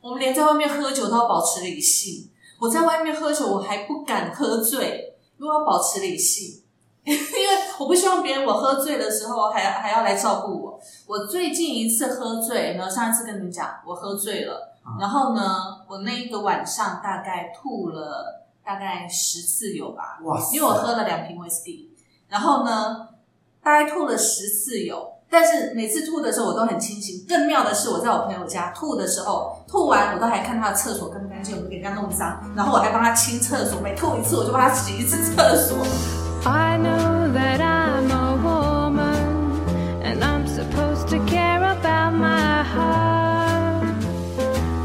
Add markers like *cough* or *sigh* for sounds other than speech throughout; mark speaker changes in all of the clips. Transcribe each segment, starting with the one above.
Speaker 1: 我们连在外面喝酒都要保持理性。我在外面喝酒，我还不敢喝醉，因为要保持理性， *laughs* 因为我不希望别人我喝醉的时候还还要来照顾我。我最近一次喝醉，然后上一次跟你们讲我喝醉了，然后呢，我那一个晚上大概吐了大概十次有吧，
Speaker 2: 哇塞
Speaker 1: 因为我喝了两瓶威士忌，然后呢，大概吐了十次有，但是每次吐的时候我都很清醒。更妙的是，我在我朋友家吐的时候，吐完我都还看他的厕所干不干净，我就给人家弄脏，然后我还帮他清厕所，每吐一次我就帮他洗一次厕所。
Speaker 3: I know that I'm a woman and I'm supposed to care about my heart.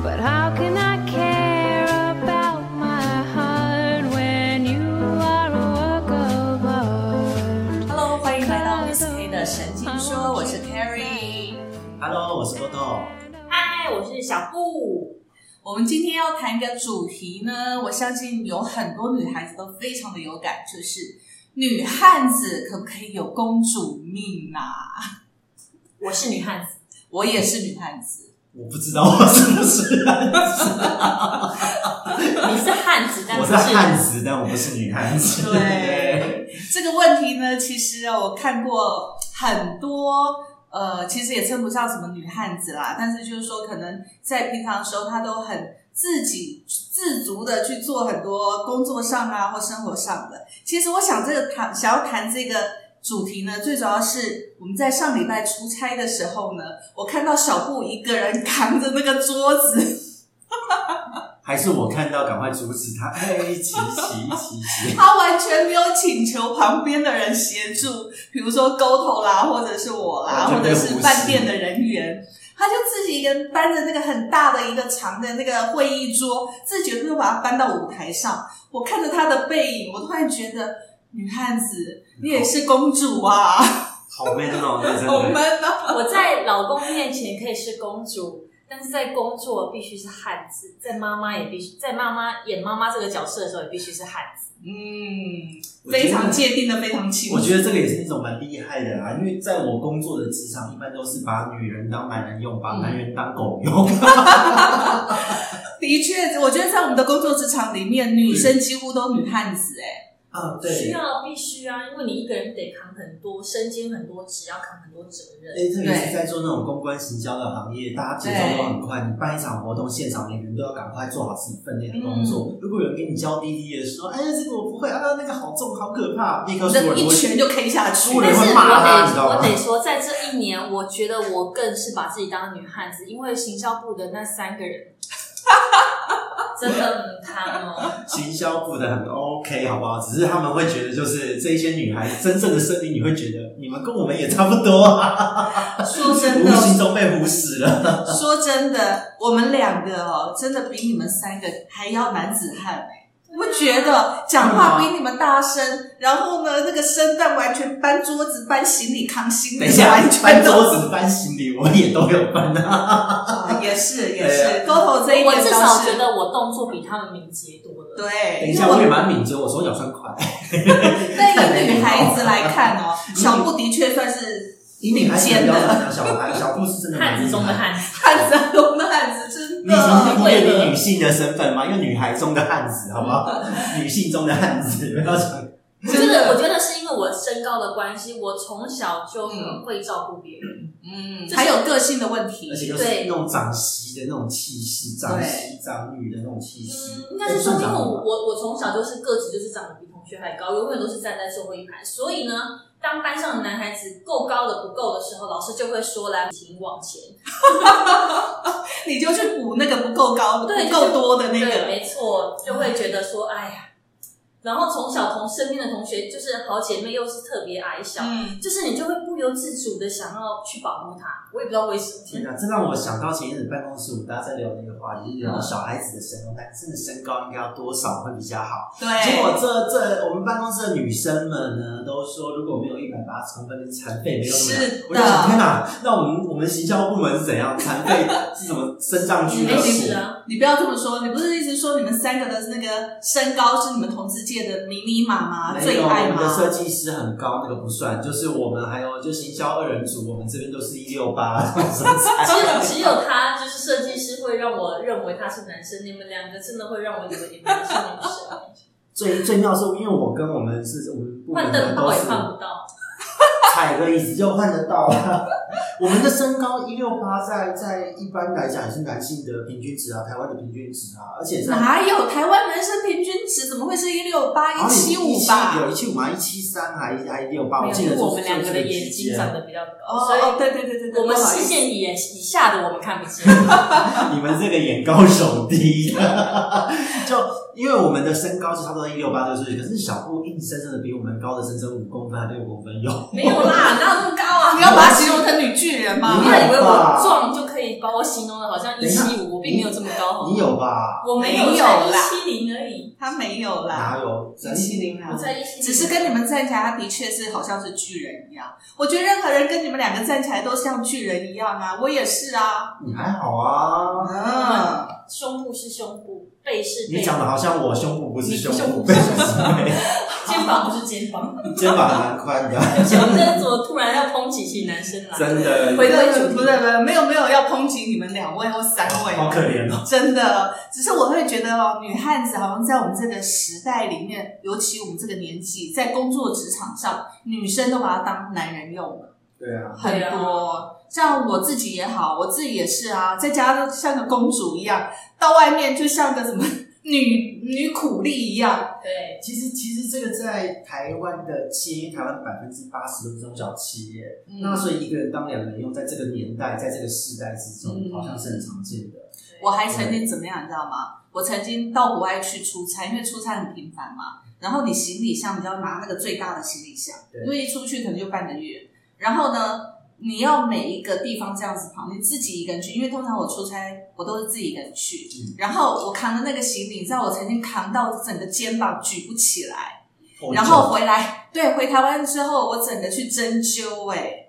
Speaker 3: But how can I care about my heart when you are a work of art?
Speaker 1: *laughs* Hello，欢迎来到 Miss K 的神经说，我是 Carrie。
Speaker 2: Hello，我是豆豆。
Speaker 4: 嗨，我是小布。
Speaker 1: 我们今天要谈一个主题呢，我相信有很多女孩子都非常的有感，就是女汉子可不可以有公主命啊？
Speaker 4: 我是女汉子，
Speaker 1: 我也是女汉子，
Speaker 2: 我不知道我是不是汉子，
Speaker 4: 你是
Speaker 2: *laughs*
Speaker 4: 汉子，但
Speaker 2: 我
Speaker 4: 不
Speaker 2: 是汉子，但我不是女汉子。
Speaker 1: 对，这个问题呢，其实啊我看过很多，呃，其实也称不上什么女汉子啦，但是就是说，可能在平常的时候，她都很自己自足的去做很多工作上啊或生活上的。其实我想这个谈想要谈这个。主题呢，最主要是我们在上礼拜出差的时候呢，我看到小布一个人扛着那个桌子，
Speaker 2: *laughs* 还是我看到，赶快阻止他！哎，一起，一起，一起，一起！
Speaker 1: 他完全没有请求旁边的人协助，比如说沟头啦，或者是我啦，
Speaker 2: 对
Speaker 1: 或者
Speaker 2: 对
Speaker 1: 是
Speaker 2: 不是
Speaker 1: 饭店的人员，他就自己一个人搬着那个很大的一个长的那个会议桌，自己就把它搬到舞台上。我看着他的背影，我突然觉得，女汉子，你也是公主啊，
Speaker 2: 好 man 哦，那真
Speaker 1: 好
Speaker 2: 的。
Speaker 1: 闷啊！
Speaker 4: 我在老公面前可以是公主，但是在工作必须是汉子，在妈妈也必须，在妈妈演妈妈这个角色的时候也必须是汉子。
Speaker 1: 嗯，
Speaker 2: 我觉得
Speaker 1: 非常界定的非常清
Speaker 2: 我
Speaker 1: 楚。
Speaker 2: 觉得这个也是一种蛮厉害的啦，因为在我工作的职场，一般都是把女人当男人用，把男人当狗用。
Speaker 1: 的确，我觉得在我们的工作职场里面，女生几乎都女汉子、哎。
Speaker 2: *laughs* 啊，对，
Speaker 4: 需要必须啊，因为你一个人得扛很多，身兼很多职，要扛很多责任。
Speaker 2: 哎，特别是在做那种公关行销的行业，大家节奏都很快。你办一场活动，现场每个人都要赶快做好自己分内的工
Speaker 1: 嗯
Speaker 2: 作。如果有人给你教滴滴的说：“哎，这个我不会啊，那个好重，好可怕！”立刻所有
Speaker 1: 人
Speaker 2: 人
Speaker 1: 一
Speaker 2: 会
Speaker 1: 拳就 K 下去
Speaker 2: 不。
Speaker 4: 但
Speaker 2: 能
Speaker 4: 是
Speaker 2: 会
Speaker 4: 我
Speaker 2: 骂他你知
Speaker 4: 得
Speaker 2: 道吗
Speaker 4: 我得说，在这一年，我觉得我更是把自己当女汉子，因为行销部的那三个
Speaker 2: *laughs*
Speaker 4: 人真的很贪哦。
Speaker 2: 行销部的很 OK，好不好？只是他们会觉得，就是这一些女孩真正的生命，你会觉得你们跟我们也差不多啊，
Speaker 1: 说真
Speaker 2: 无
Speaker 1: 的，
Speaker 2: 形中被腐蚀了。
Speaker 1: 说真的，我们两个哦，真的比你们三个还要男子汉哎、你不觉得讲话比你们大声，然后呢，那个声带完全搬桌子、搬行李、扛行李，
Speaker 2: 等一下
Speaker 1: 完，全
Speaker 2: 搬
Speaker 1: 都
Speaker 2: 桌子、搬行李，我也都有搬啊。
Speaker 1: 啊 *laughs* 也是也
Speaker 2: 对
Speaker 1: 是，沟头这一
Speaker 4: 我
Speaker 1: 点
Speaker 4: 至
Speaker 1: 倒
Speaker 4: 少觉
Speaker 1: 是
Speaker 4: 得我动作比他们敏捷多了。
Speaker 1: 对。
Speaker 2: 等一下，
Speaker 1: 因
Speaker 2: 我
Speaker 1: 为
Speaker 2: 也
Speaker 1: 我
Speaker 2: 蛮敏捷，我手脚算快。
Speaker 1: 但以女孩
Speaker 2: 啊
Speaker 1: 子来看哦，
Speaker 2: 嗯
Speaker 1: 小布的确算是
Speaker 2: 以女孩子
Speaker 1: 尖
Speaker 2: 不
Speaker 1: 的
Speaker 2: 要讲小孩，小布是真的蛮
Speaker 4: 汉
Speaker 2: 厉
Speaker 4: 子中的
Speaker 2: 害。
Speaker 4: 汉子，
Speaker 1: 汉子中的汉子，真
Speaker 2: 你已经
Speaker 1: 的。
Speaker 2: 忽略你女性的身份吗？因为女孩中的汉子，好不
Speaker 4: *laughs*
Speaker 2: 好？女性中的汉子，不要讲。
Speaker 4: 我觉得我觉得是因为我身高的关系，我从小就很会照顾别人。
Speaker 1: 嗯，
Speaker 4: 就是
Speaker 1: 还有个性的问题
Speaker 2: 而，且又是那种长媳的那种气势，长媳长女的那种气势
Speaker 4: 嗯，，应该是说，
Speaker 2: 算
Speaker 4: 因为
Speaker 2: 长
Speaker 4: 我
Speaker 2: 吗
Speaker 4: 我我从小就是个子就是长得比同学还高，永远都是站在最后一排，所以呢，当班上的男孩子够高的不够的时候，老师就会说来，请往前。
Speaker 1: 你就去补那个不够高、
Speaker 4: 对
Speaker 1: 不够多的那
Speaker 4: 对，
Speaker 1: 个。
Speaker 4: 没错，就会觉得说，哎呀，然后从小同身边的同学就是好姐妹，又是特别矮小，
Speaker 1: 嗯，
Speaker 4: 就是你就会不由自主的想要去保护她，我也不知道为什么。
Speaker 2: 天哪，这让我想到前一阵子办公室我们大家在聊的一个话题，就是聊小孩子的身高，男生的身高应该要多少会比较好。
Speaker 1: 对。
Speaker 2: 结果这这我们办公室的女生们呢，都说如果没有一百八十公分的残废，没有那么
Speaker 1: 是的
Speaker 2: 我就想天哪，那我们我们行销部门是怎样？残废是什么升上俱乐
Speaker 4: 没
Speaker 2: 部？
Speaker 4: 事啊，
Speaker 1: 你不要这么说，你不是一直说你们三个的那个身高是你们同志界的迷你妈
Speaker 4: 啊
Speaker 1: 妈
Speaker 2: 没
Speaker 1: 最
Speaker 2: 有，我
Speaker 1: 爱
Speaker 2: 们的设
Speaker 1: 妈。
Speaker 2: 计师很高，那个不算。就是我们还有就行销二人组，我们这边都是一六
Speaker 4: *laughs*
Speaker 2: 八什么菜
Speaker 4: 只有只有他就是设计师会让我认为他是男生，你们两个真的会让我以为你们是女生，
Speaker 2: 最最妙是，因为我跟我们是我们部门
Speaker 4: 换
Speaker 2: 的
Speaker 4: 灯泡
Speaker 2: 都
Speaker 4: 也
Speaker 2: 是
Speaker 4: 换不到。
Speaker 2: 踩个椅子就换得到
Speaker 4: *laughs*
Speaker 2: 了。我们的身高一六八，在在一般来讲也是男性的平均值啊，台湾的平均值啊，而且在
Speaker 1: 哪有台湾男生平均值怎么会是一六八一七五
Speaker 2: 好像有
Speaker 1: 吧？
Speaker 2: 啊一七五吗？一七三还还一六八，我
Speaker 4: 没有，
Speaker 2: 记
Speaker 4: 因
Speaker 2: 得就
Speaker 4: 为
Speaker 2: 是
Speaker 4: 我们两个的眼睛长
Speaker 2: 得。
Speaker 4: 得比较高，
Speaker 1: 哦
Speaker 4: 所以
Speaker 1: 哦，对对对对对，
Speaker 4: 我们
Speaker 1: 不好意
Speaker 4: 视
Speaker 1: 思
Speaker 4: 线以以下的我们看不见。
Speaker 2: *laughs* 你们这个眼高手低， *laughs* 就因为我们的身高是差不多一六八这个数据，可是小布硬生生的比我们高的整整五公分还六公分有。
Speaker 4: 没有啦，哪有那么高
Speaker 1: *laughs*
Speaker 4: 啊？
Speaker 1: 你要把它形容成女巨人吗？
Speaker 4: 不要以为我壮就可以把我形容的好像一
Speaker 2: 等一下
Speaker 4: 七五，我并没有这么高，好吗
Speaker 2: 你有吧？
Speaker 4: 我没有，
Speaker 1: 没有啦
Speaker 4: 才一七零而已，
Speaker 1: 他没有啦，
Speaker 2: 哪有？
Speaker 1: 一七零啊
Speaker 4: 我。才一七零，
Speaker 1: 只是跟你们站起来，他的确是好像是巨人一样。我觉得任何人跟你们两个站起来都像巨人一样啊，我也是啊。
Speaker 2: 你还好啊。
Speaker 1: 嗯，
Speaker 4: 胸部是胸部，背是背
Speaker 2: 你，讲的好像我胸部不是胸部，背
Speaker 4: 你
Speaker 2: 是
Speaker 4: 胸
Speaker 2: *laughs*
Speaker 4: 部
Speaker 2: 背，
Speaker 4: 肩膀不是肩膀。
Speaker 2: 肩膀还蛮宽的，
Speaker 4: 小珍怎么突然要抨击起男生啦？
Speaker 2: 真的。
Speaker 1: 回到
Speaker 4: 主题
Speaker 1: 不对不对，没有没有要抨击你们两位或三位，
Speaker 2: 好可怜哦。
Speaker 1: 真的，只是我会觉得哦，女汉子好像在我们这个时代里面，尤其我们这个年纪，在工作职场上，女生都把它当男人用了，
Speaker 2: 对啊，
Speaker 1: 很多。像我自己也好，我自己也是啊，在家都像个公主一样，到外面就像个什么女女苦力一样。
Speaker 4: 对，
Speaker 2: 其实其实这个在台湾的企业，因为台湾百分之八十都是中小企业，
Speaker 1: 嗯
Speaker 2: 那所以一个人当两人用，在这个年代，在这个世代之中，
Speaker 1: 嗯
Speaker 2: 好像是很常见的。
Speaker 1: 我还曾经怎么样，你知道吗？我曾经到国外去出差，因为出差很频繁嘛。然后你行李箱，你要拿那个最大的行李箱，
Speaker 2: 对
Speaker 1: 因为一出去可能就半个月。然后呢，你要每一个地方这样子跑，你自己一个人去，因为通常我出差我都是自己一个人去。
Speaker 2: 嗯
Speaker 1: 然后我扛的那个行李，你知道我曾经扛到整个肩膀举不起来，
Speaker 2: 破
Speaker 1: 然
Speaker 2: 旧
Speaker 1: 后回来，对，回台湾之后我整个去针灸、哎，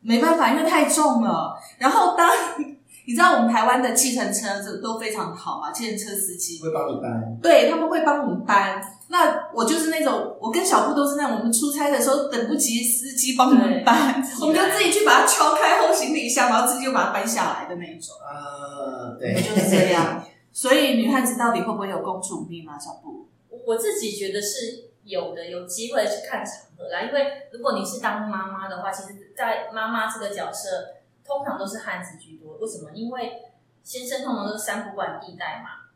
Speaker 1: 没办法，因为太重了。然后当 *laughs* 你知道我们台湾的计程车这都非常好嘛，计程车司机
Speaker 2: 会帮你搬，
Speaker 1: 对，他们会帮我们搬。那我就是那种，我跟小布都是那种，我们出差的时候等不及司机帮我们搬，我们就自己去把它敲开后行李箱，然后自己就把它搬下来的那一种，
Speaker 2: 呃，
Speaker 1: 我
Speaker 2: 对，
Speaker 1: 就是这。样。所以女汉子到底会不会有公主命啊？小布，
Speaker 4: 我我自己觉得是有的，有机会去看场合啦。因为如果你是当妈妈的话，其实，在妈妈这个角色，通常都是汉子居多。为什么？因为先生通常都是三不管地带嘛，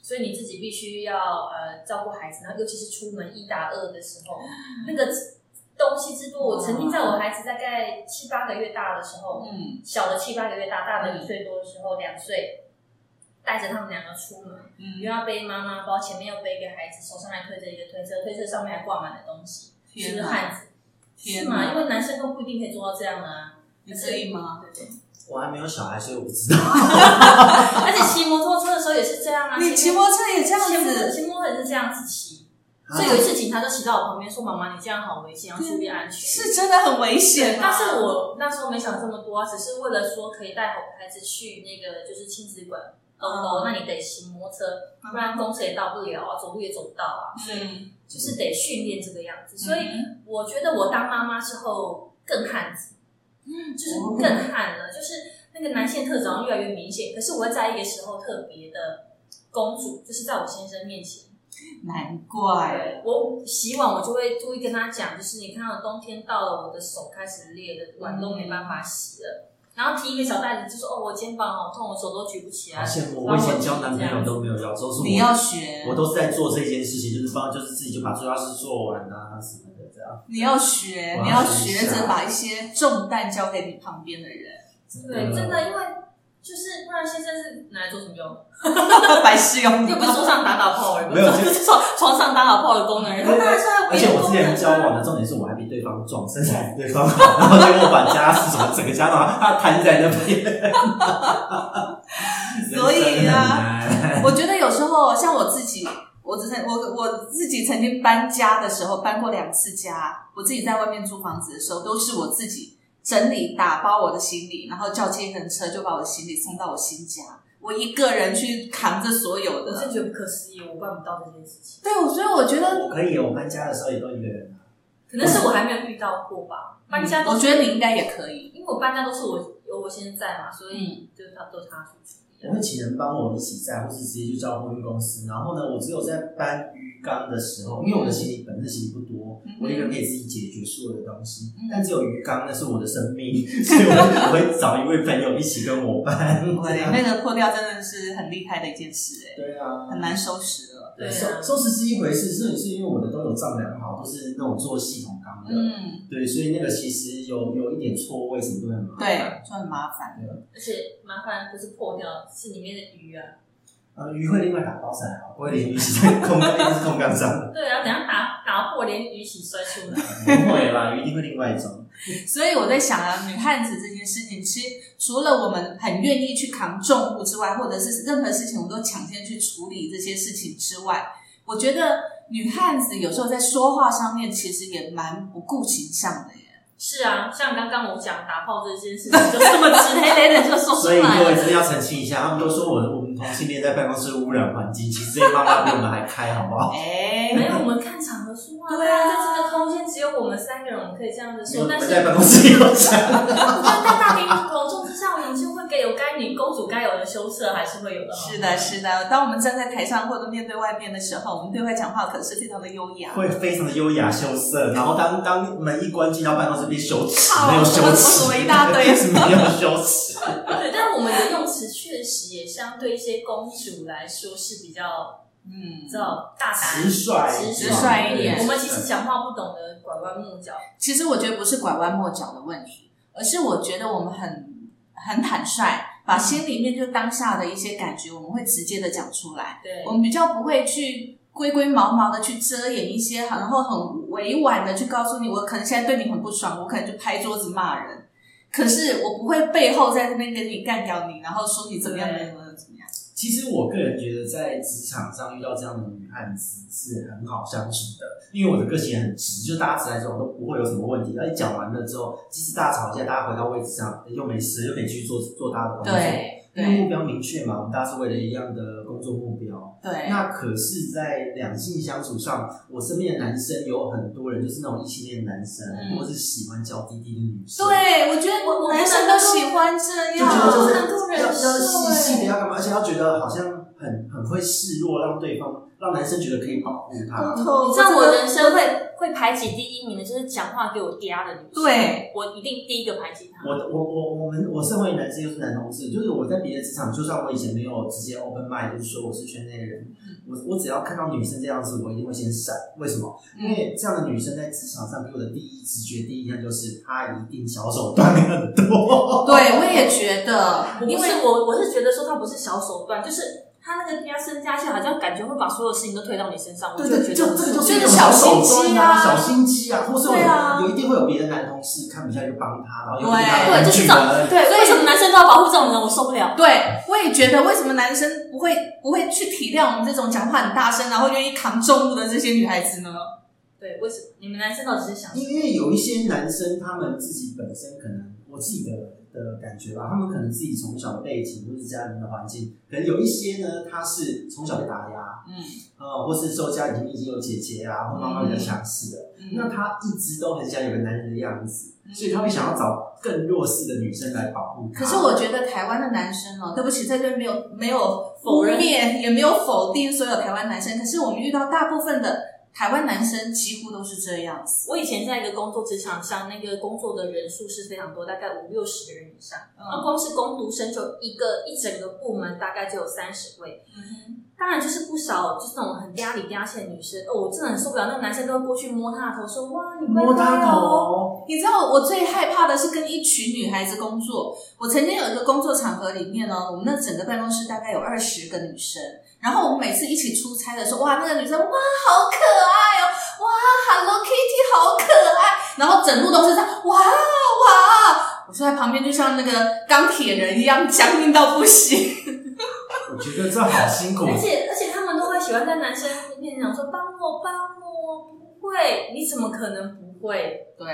Speaker 4: 所以你自己必须要呃照顾孩子，然后尤其是出门一打二的时候，那个东西之多。我曾经在我孩子大概七八个月大的时候，
Speaker 1: 嗯
Speaker 4: 小的七八个月大，大的一岁多的时候，两岁，带着他们两个出门，
Speaker 1: 嗯，
Speaker 4: 又要背妈妈包，前面又背一个孩子，手上还推着一个推车，推车上面还挂满了东西，是不
Speaker 1: 天
Speaker 4: 是
Speaker 1: 哪，
Speaker 4: 汉子？
Speaker 1: 天
Speaker 4: 是吗？因
Speaker 1: 哪，
Speaker 4: 为男生都不一定可以做到这样
Speaker 1: *laughs*
Speaker 4: 啊。
Speaker 1: 你可以吗？
Speaker 4: 对对。
Speaker 2: *laughs* 我还没有小孩，所以我不知道。
Speaker 1: *laughs*
Speaker 4: 而且骑摩托车的时候也是这样啊，
Speaker 1: 你骑摩托车也这样
Speaker 4: 骑摩托
Speaker 1: 子，啊
Speaker 4: 骑摩托也是这样子骑。所以有一次警察就骑到我旁边说：“妈妈，你这样好危险，要注意安全。”
Speaker 1: 是真的很危险、啊。
Speaker 4: 但是我那时候没想这么多啊，只是为了说可以带好孩子去那个就是亲子馆兜兜，那你得骑摩托车，不然公车也到不了啊，走路也走不到啊，所以
Speaker 1: 嗯，
Speaker 4: 就是得训练这个样子。所以我觉得我当妈妈之后更汉子，就是更悍了，就是那个男性特质好像越来越明显。可是我会在一个时候特别的公主，就是在我先生面前。
Speaker 1: 难怪。
Speaker 4: 对我洗碗，我就会故意跟他讲，就是你看到冬天到了，我的手开始裂了，碗都没办法洗了。然后提一个小袋子，就说哦，我肩膀好痛，我手都举不起来。
Speaker 2: 好羡慕，我以前交男朋友都没有要，都是我
Speaker 1: 你要学，
Speaker 2: 我都是在做这件事情，就是帮，就是自己就把重要事做完啊什么的，这
Speaker 1: *laughs*
Speaker 2: 样。
Speaker 1: 你要学，
Speaker 2: 我
Speaker 1: 你
Speaker 2: 要
Speaker 1: 要
Speaker 2: 学一
Speaker 1: 学
Speaker 2: 下
Speaker 1: 着把一些重担交给你旁边的人。
Speaker 4: 对，真的，因为就是不然先生是拿来做什么用？
Speaker 1: 白痴用
Speaker 4: 又不是桌上打打炮，也不是
Speaker 2: 没
Speaker 1: *laughs*
Speaker 2: 有
Speaker 4: 不是床床上打打炮的功能，他拿来是要
Speaker 2: 而且我之前交往的重点是我还比对方壮，身材比对方好，然后结果把家事什么整个家长他摊在那边，
Speaker 1: *laughs* 所以啊
Speaker 2: *laughs* 人生很
Speaker 1: *laughs*
Speaker 2: 难，
Speaker 1: 我觉得有时候像我自己，我之前我我自己曾经搬家的时候搬过两次家，我自己在外面租房子的时候，都是我自己整理打包我的行李，然后叫计程车就把我的行李送到我新家。我一个人去扛这所有
Speaker 4: 我
Speaker 1: 的。嗯
Speaker 4: 真觉得不可思议，我办不到这件事情。
Speaker 1: 对，我所以我觉得，
Speaker 2: 我可以，我搬家的时候也都一个人啊。
Speaker 4: 可能是我还没有遇到过吧。搬家都
Speaker 1: 嗯
Speaker 4: 是
Speaker 1: 我觉得你应该也可以。
Speaker 4: 因为我搬家都是我有我先生在嘛，所
Speaker 1: 嗯
Speaker 4: 以就他都他去处理
Speaker 2: 我
Speaker 4: 啊。
Speaker 2: 会请人帮我一起载，或是直接就叫货运公司。然后呢，我只有在搬鱼缸的时候，因为我的行李本身行李不多
Speaker 1: 嗯，
Speaker 2: 我一个人可以自己解决所有的东西
Speaker 1: 嗯。
Speaker 2: 但只有鱼缸，那是我的生命，所以我我会找一位朋友一起跟我搬。
Speaker 1: 嗯对，啊那个破掉真的是很厉害的一件事、哎，
Speaker 2: 对啊，
Speaker 1: 很难收拾了。
Speaker 4: 对
Speaker 2: 收
Speaker 4: 啊，
Speaker 2: 收拾是一回事，是是因为我的都有丈量好，都是那种做系统缸的，
Speaker 1: 嗯，
Speaker 2: 对，所以那个其实有有一点错位，什么都很麻烦。
Speaker 1: 对，就很麻烦。
Speaker 4: 而且麻烦不是破掉，是里面的鱼啊。
Speaker 2: 呃，鱼会另外打包起来啊，不会连鱼一起在空 *laughs* 缸，一直空缸上。
Speaker 4: 对啊，等一下打打破连鱼一起摔出来。
Speaker 2: 不会啦，鱼一定会另外装。
Speaker 1: 所以我在想啊，女汉子这件事情，其实除了我们很愿意去扛重物之外，或者是任何事情我们都抢先去处理这些事情之外，我觉得女汉子有时候在说话上面其实也蛮不顾形象的耶。
Speaker 4: 是啊，像刚刚我讲打炮这件事情，就这么直黑黑的就说出
Speaker 2: 所以
Speaker 4: 来
Speaker 2: 各位
Speaker 4: 了。
Speaker 2: 真的要澄清一下，他们都说我我们同性恋在办公室污染环境，其实这些妈妈比我们还开，好不好？
Speaker 4: 没
Speaker 1: 哎，
Speaker 4: 有，我们看场合说话。
Speaker 1: 对啊
Speaker 4: 这真的空间只有我们三个人，我们可以这样子
Speaker 2: 我
Speaker 4: 说。但
Speaker 2: 们
Speaker 4: 是
Speaker 2: 在办公室有讲，
Speaker 4: 我觉得在大庭广众之下，我们就会给有该女公主该有的羞涩，还是会有的。
Speaker 1: 是的，是的。当我们站在台上或者面对外面的时候，我们对外讲话可是非常的优雅。
Speaker 2: 会非常的优雅羞涩。然后当当门一关进到办公室，变羞耻，
Speaker 1: 靠
Speaker 2: 没有
Speaker 1: 我
Speaker 2: 羞
Speaker 1: 我
Speaker 2: 耻，
Speaker 1: 数了一大堆
Speaker 2: 没有羞耻。
Speaker 4: 对，但我们的用词确实也相对一些公主来说是比较，
Speaker 1: 嗯
Speaker 4: 你，知道，大胆
Speaker 2: 直、率，
Speaker 4: 直
Speaker 1: 率一点
Speaker 4: 我们其实讲话不懂得拐弯抹角，
Speaker 1: 其实我觉得不是拐弯抹角的问题，而是我觉得我们很很坦率，把心里面就当下的一些感觉，我们会直接的讲出来，
Speaker 4: 对
Speaker 1: 我，们比较不会去龟龟毛毛的去遮掩一些，然后很委婉的去告诉你，我可能现在对你很不爽，我可能就拍桌子骂人，可是我不会背后在那边跟你干掉你，然后说你怎么样怎么
Speaker 4: 对
Speaker 1: 样怎么样。
Speaker 2: 其实我个人觉得，在职场上遇到这样的女汉子是很好相处的，因为我的个性也很直，就大家直来直往都不会有什么问题。而且讲完了之后，即使大家吵架，大家回到位置上哎又没事，又可以去做做大家的工作。
Speaker 1: 对
Speaker 2: 因为
Speaker 1: 对
Speaker 2: 目标明确嘛，我们大家是为了一样的工作目标。
Speaker 1: 对，
Speaker 2: 那可是，在两性相处上，我身边的男生有很多人就是那种异性恋男生，
Speaker 1: 嗯
Speaker 2: 或是喜欢娇滴滴的女生。
Speaker 1: 对我觉
Speaker 4: 我
Speaker 1: 得
Speaker 4: 我
Speaker 1: 男生都喜欢这
Speaker 2: 就觉得
Speaker 1: 样，
Speaker 2: 就是
Speaker 4: 能够忍
Speaker 2: 要要
Speaker 4: 受
Speaker 2: 细细的
Speaker 4: 欸
Speaker 2: 要干嘛，而且要觉得好像很很会示弱，让对方让男生觉得可以保护他。
Speaker 1: 头
Speaker 4: 你知道我人生会会排挤第一名的，就是讲话给我嗲的女生。
Speaker 1: 对，
Speaker 4: 我一定第一个排挤她。
Speaker 2: 我我我我们我身为男生又是男同志，就是我在别的职场，就算我以前没有直接 open mind，就是说我是圈内人，我我只要看到女生这样子，我一定会先闪。为什么？
Speaker 1: 嗯
Speaker 2: 因
Speaker 4: 嗯
Speaker 2: 为这样的女生在职场上给我的第一直觉、第一印象就是她一定小手段很多。
Speaker 1: 哦对，我也觉得，
Speaker 4: 我
Speaker 1: 因
Speaker 4: 不
Speaker 1: 为
Speaker 4: 是我，我是觉得说他不是小手段，就是他那个嗲声嗲气，好像感觉会把所有事情都推到你身上。我就
Speaker 2: 对
Speaker 4: 觉
Speaker 2: 对，
Speaker 4: 得
Speaker 2: 就这个就是
Speaker 1: 就
Speaker 2: 一
Speaker 1: 是
Speaker 2: 种
Speaker 1: 小
Speaker 2: 手
Speaker 1: 心机
Speaker 2: 段
Speaker 1: 啊
Speaker 2: 小心机啊，或是
Speaker 1: 对啊
Speaker 2: 我有一定会有别的男同事看不下去帮他，然后有
Speaker 1: 对
Speaker 2: 他
Speaker 4: 对，就是这种对。
Speaker 1: 所以
Speaker 4: 为什么男生都要保护这种人？我受不了。
Speaker 1: 对，我也觉得，为什么男生不会不会去体谅我们这种讲话很大声，然后愿意扛重物的这些女孩子呢？
Speaker 4: 对，为什么你们男生到底是想？
Speaker 2: 因为有一些男生，他们自己本身可能，我自己的的感觉吧，他们可能自己从小的背景或是家人的环境，可能有一些呢，他是从小被打压，
Speaker 1: 嗯
Speaker 2: 呃，或是受家里面已经有姐姐啊，或妈妈比较强势的，那
Speaker 1: 嗯，
Speaker 2: 他一直都很想有个男人的样子，所以他会想要找更弱势的女生来保护他。
Speaker 1: 可是我觉得台湾的男生哦，对不起，在这边没有没有
Speaker 4: 否认
Speaker 1: 污蔑，也没有否定所有台湾男生。可是我们遇到大部分的台湾男生几乎都是这样子，
Speaker 4: 我以前在一个工作职场上，那个工作的人数是非常多，大概五六十个人以上。那、光是工读生就一个一整个部门大概就有三十位，
Speaker 1: 嗯，
Speaker 4: 当然就是不少就是那种很嗲里嗲气的女生。哦，我真的很受不了，那个男生都会过去摸她的头，说哇你乖
Speaker 2: 摸
Speaker 4: 乖
Speaker 2: 他
Speaker 4: 哦。
Speaker 2: 头，
Speaker 1: 你知道我最害怕的是跟一群女孩子工作。我曾经有一个工作场合里面呢，我们那整个办公室大概有二十个女生，然后我们每次一起出差的时候，哇，那个女生哇好可爱哦，哇 Hello Kitty 好可爱，然后整路都是这样，哇哇，我坐在旁边就像那个钢铁人一样僵硬到不行。
Speaker 2: 我觉得这好辛苦。
Speaker 4: 而且而且他们都会喜欢在男生面前讲说帮我帮我，不会，你怎么可能不会？
Speaker 1: 对，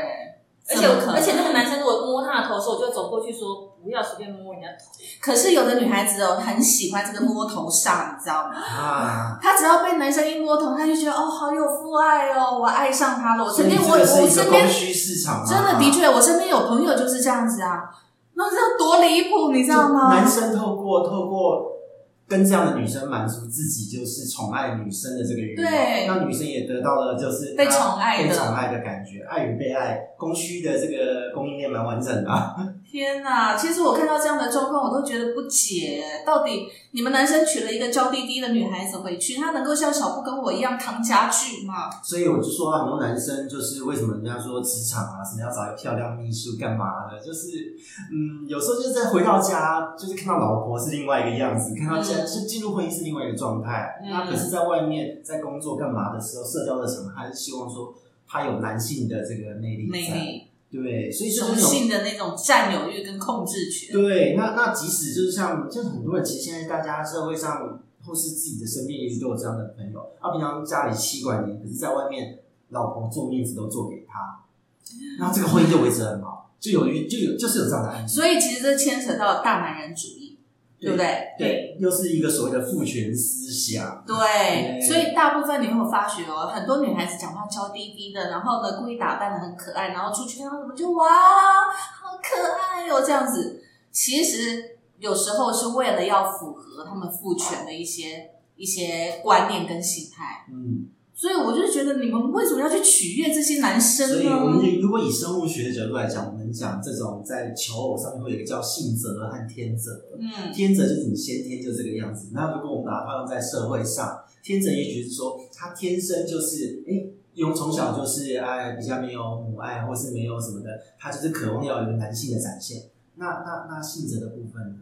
Speaker 4: 而且
Speaker 1: 怎么可能
Speaker 4: 而且那个男生如果摸她的头的时候，我就会走过去说不要随便摸人家头。
Speaker 1: 可是有的女孩子哦，很喜欢这个摸头杀，你知道吗？
Speaker 2: 啊，
Speaker 1: 她只要被男生一摸头，她就觉得哦，好有父爱哦，我爱上他了。我身边我
Speaker 2: 所
Speaker 1: 我
Speaker 2: 以这个是一
Speaker 1: 身
Speaker 2: 个
Speaker 1: 边
Speaker 2: 供需市场嘛，啊
Speaker 1: 真的的确，我身边有朋友就是这样子啊，那这多离谱，你知道吗？
Speaker 2: 男生透过透过跟这样的女生满足自己，就是宠爱女生的这个欲望，
Speaker 1: 对
Speaker 2: 让女生也得到了就是
Speaker 1: 被
Speaker 2: 她
Speaker 1: 宠爱的
Speaker 2: 被宠爱的感觉，爱与被爱，供需的这个供应链蛮完整的啊、
Speaker 1: 天呐，其实我看到这样的状况，我都觉得不解，到底你们男生娶了一个娇滴滴的女孩子回去，她能够像小布跟我一样扛家具吗？
Speaker 2: 所以我就说很多男生就是为什么人家说职场啊，什么要找一个漂亮秘书干嘛的，就是嗯，有时候就是在回到家，就是看到老婆是另外一个样子，看到家
Speaker 4: 嗯
Speaker 2: 就进入婚姻是另外一个状态。
Speaker 1: 嗯
Speaker 2: 那可是在外面在工作干嘛的时候，社交的时候，还是希望说他有男性的这个魅力
Speaker 1: 魅
Speaker 2: 在。
Speaker 1: 力、
Speaker 2: 对，所以就
Speaker 1: 雄
Speaker 2: 是那种
Speaker 1: 性的那种占有欲跟控制权。
Speaker 2: 对，那那即使就是像就是很多人，其实现在大家社会上或是自己的身边，也许都有这样的朋友，他平常家里妻管严，可是在外面老婆做面子都做给他，那这个婚姻就维持得很好，就有一就有就是有这样的案例，
Speaker 1: 所以其实这牵扯到大男人主义，对不对？
Speaker 2: 对，又是一个所谓的父权思想，
Speaker 1: 对，
Speaker 2: 对
Speaker 1: 所以大部分你会发觉哦，很多女孩子讲话娇滴滴的，然后呢故意打扮的很可爱，然后出去然后怎么就哇，好可爱哦这样子。其实有时候是为了要符合他们父权的一些一些观念跟心态，
Speaker 2: 嗯。
Speaker 1: 所以我就觉得你们为什么要去取悦这些男
Speaker 2: 所
Speaker 1: 生
Speaker 2: 以，我
Speaker 1: 呢？
Speaker 2: 们如果以生物学的角度来讲，我们讲这种在求偶上面会有一个叫性择和天择。
Speaker 1: 嗯，
Speaker 2: 天择就是你先天就这个样子，那如果我们把它放在社会上，天择也许是说他天生就是哎。用从小就是哎比较没有母爱或是没有什么的，他就是渴望要有一个男性的展现。那那那性择的部分呢？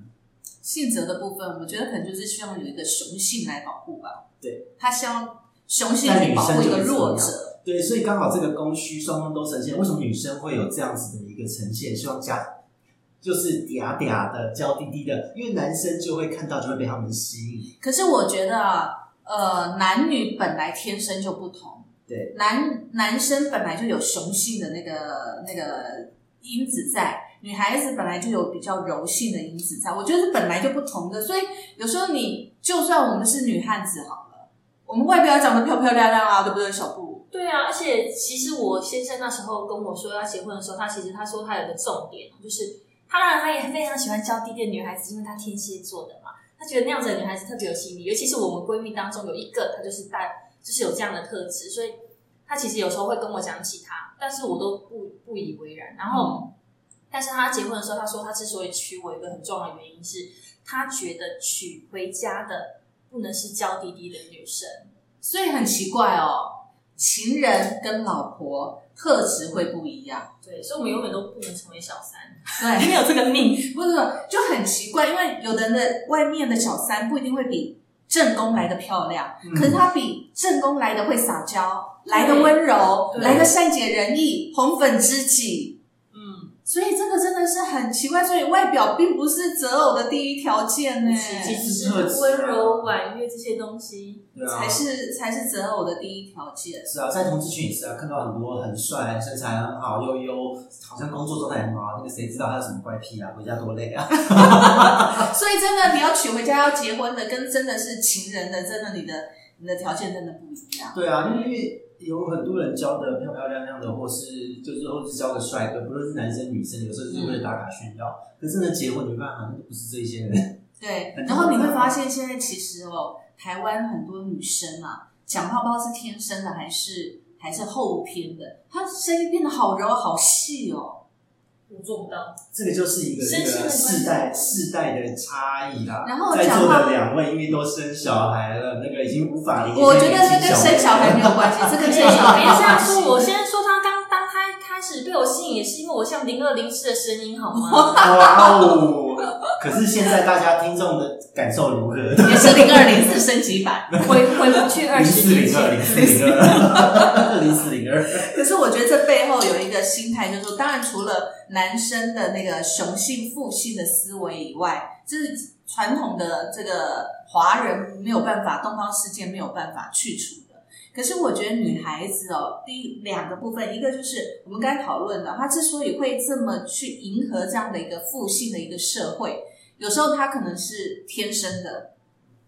Speaker 1: 性择的部分，我觉得可能就是希望有一个雄性来保护吧。
Speaker 2: 对，
Speaker 1: 他希望雄性
Speaker 2: 但
Speaker 1: 去
Speaker 2: 女
Speaker 1: 保护
Speaker 2: 生
Speaker 1: 一
Speaker 2: 就
Speaker 1: 个
Speaker 2: 不是
Speaker 1: 弱
Speaker 2: 这样
Speaker 1: 者。
Speaker 2: 对，所以刚好这个供需双方都呈现。为什么女生会有这样子的一个呈现？希望家就是嗲嗲的、娇滴滴的，因为男生就会看到，就会被他们吸引。
Speaker 1: 可是我觉得啊，呃，男女本来天生就不同，
Speaker 2: 对，
Speaker 1: 男男生本来就有雄性的那个那个因子在，女孩子本来就有比较柔性的因子在，我觉得是本来就不同的，所以有时候你就算我们是女汉子好了，我们外表长得漂漂亮亮啊，对不对，小布？
Speaker 4: 对啊，而且其实我先生那时候跟我说要结婚的时候，他其实他说他有个重点，就是他当然他也非常喜欢娇滴滴的女孩子，因为他天蝎座的嘛，他觉得那样子的女孩子特别有吸引力，尤其是我们闺蜜当中有一个，她就是带就是有这样的特质，所以她其实有时候会跟我讲起她，但是我都不不以为然。然后，但是他结婚的时候，他说他之所以娶我，一个很重要的原因是他觉得娶回家的不能是娇滴滴的女生。
Speaker 1: 所以很奇怪哦，情人跟老婆特质会不一样。
Speaker 4: 对，所以我们永远都不能成为小三，
Speaker 1: 对，
Speaker 4: 没有这个命。
Speaker 1: 不是，就很奇怪，因为有的人的外面的小三不一定会比正宫来的漂亮，
Speaker 2: 嗯
Speaker 1: 可是她比正宫来的会撒娇，来的温柔，
Speaker 4: 对
Speaker 1: 来的善解人意，红粉知己。
Speaker 4: 嗯，
Speaker 1: 所以这个真的是很奇怪，所以外表并不是择偶的第一条件呢，
Speaker 4: 其实是温柔、婉约这些东西。
Speaker 2: 对啊，
Speaker 1: 才是才是择偶的第一条件。
Speaker 2: 是啊，在同志群也是啊，看到很多很帅、身材很好、又优，好像工作状态很好，啊那个谁知道他有什么怪癖啊？回家多累啊！ *laughs*
Speaker 1: 啊所以真的，你要娶回家要结婚的，跟真的是情人的，真的你的你的条件真的不一样。
Speaker 2: 对啊，因为因为有很多人教的漂漂亮亮的，或是就是或是教的帅哥，不论是男生女生，有时候就是为了打卡炫耀。可是呢，结婚你会发现好像都不是这些人。 *laughs*
Speaker 1: 对，
Speaker 2: 很
Speaker 1: 然后你
Speaker 2: 多
Speaker 1: 会
Speaker 2: 人
Speaker 1: 发
Speaker 2: 啊
Speaker 1: 现，现在其实哦，台湾很多女生啊，讲话不知道是天生的还是还是后天的，她声音变得好柔好细哦。
Speaker 4: 我做不到，
Speaker 2: 这个就是一个
Speaker 4: 身
Speaker 2: 这
Speaker 4: 心的
Speaker 2: 个
Speaker 4: 关系
Speaker 2: 世代世代的差异啦。
Speaker 1: 然后
Speaker 2: 在
Speaker 1: 讲
Speaker 2: 座
Speaker 1: 话
Speaker 2: 的两位因为都生小孩了，那个已经无法理解。
Speaker 1: 我觉得这跟生小孩没有关系，这跟
Speaker 2: *laughs*
Speaker 4: 而且
Speaker 1: 生
Speaker 4: 也
Speaker 1: 小孩没有
Speaker 4: 这样
Speaker 1: 关系。
Speaker 4: 说。我先说他刚当他开始被我吸引，也是因为我像零二零四的声音，好吗？
Speaker 2: 哇哦！可是现在大家听众的感受如何？
Speaker 1: 也是零二零四升级版，
Speaker 4: 回回不去二
Speaker 2: 零
Speaker 4: 十
Speaker 2: 四
Speaker 4: 年
Speaker 2: 零二零
Speaker 4: 前。
Speaker 2: 四零二零四零二，
Speaker 1: *laughs* 可是我觉得这背后有一个心态，就是说，当然除了男生的那个雄性、父性的思维以外，这是传统的这个华人没有办法，东方世界没有办法去除的。可是我觉得女孩子哦，第一两个部分，一个就是我们刚才讨论的，她之所以会这么去迎合这样的一个父性的一个社会，有时候她可能是天生的，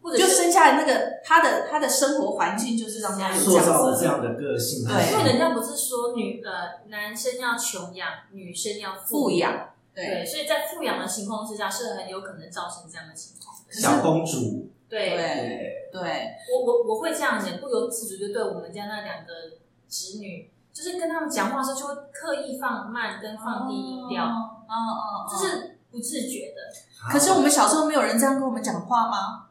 Speaker 4: 或者
Speaker 1: 就是生下来那个她的她的生活环境就是让她有这
Speaker 2: 塑造
Speaker 1: 样
Speaker 2: 了这
Speaker 1: 子。
Speaker 2: 样的个性，
Speaker 1: 对
Speaker 4: 因为人家不是说女呃男生要穷养，女生要
Speaker 1: 富养，对，
Speaker 4: 对，所以在富养的情况之下，是很有可能造成这样的情况的。
Speaker 2: 小公主，
Speaker 4: 对，
Speaker 1: 对对，
Speaker 4: 我我我会这样子，不由自主就对我们家那两个侄女，就是跟他们讲话的时候，就会刻意放慢跟放低音调，
Speaker 1: 哦哦，
Speaker 4: 这是不自觉的。
Speaker 1: 可是我们小时候没有人这样跟我们讲话吗？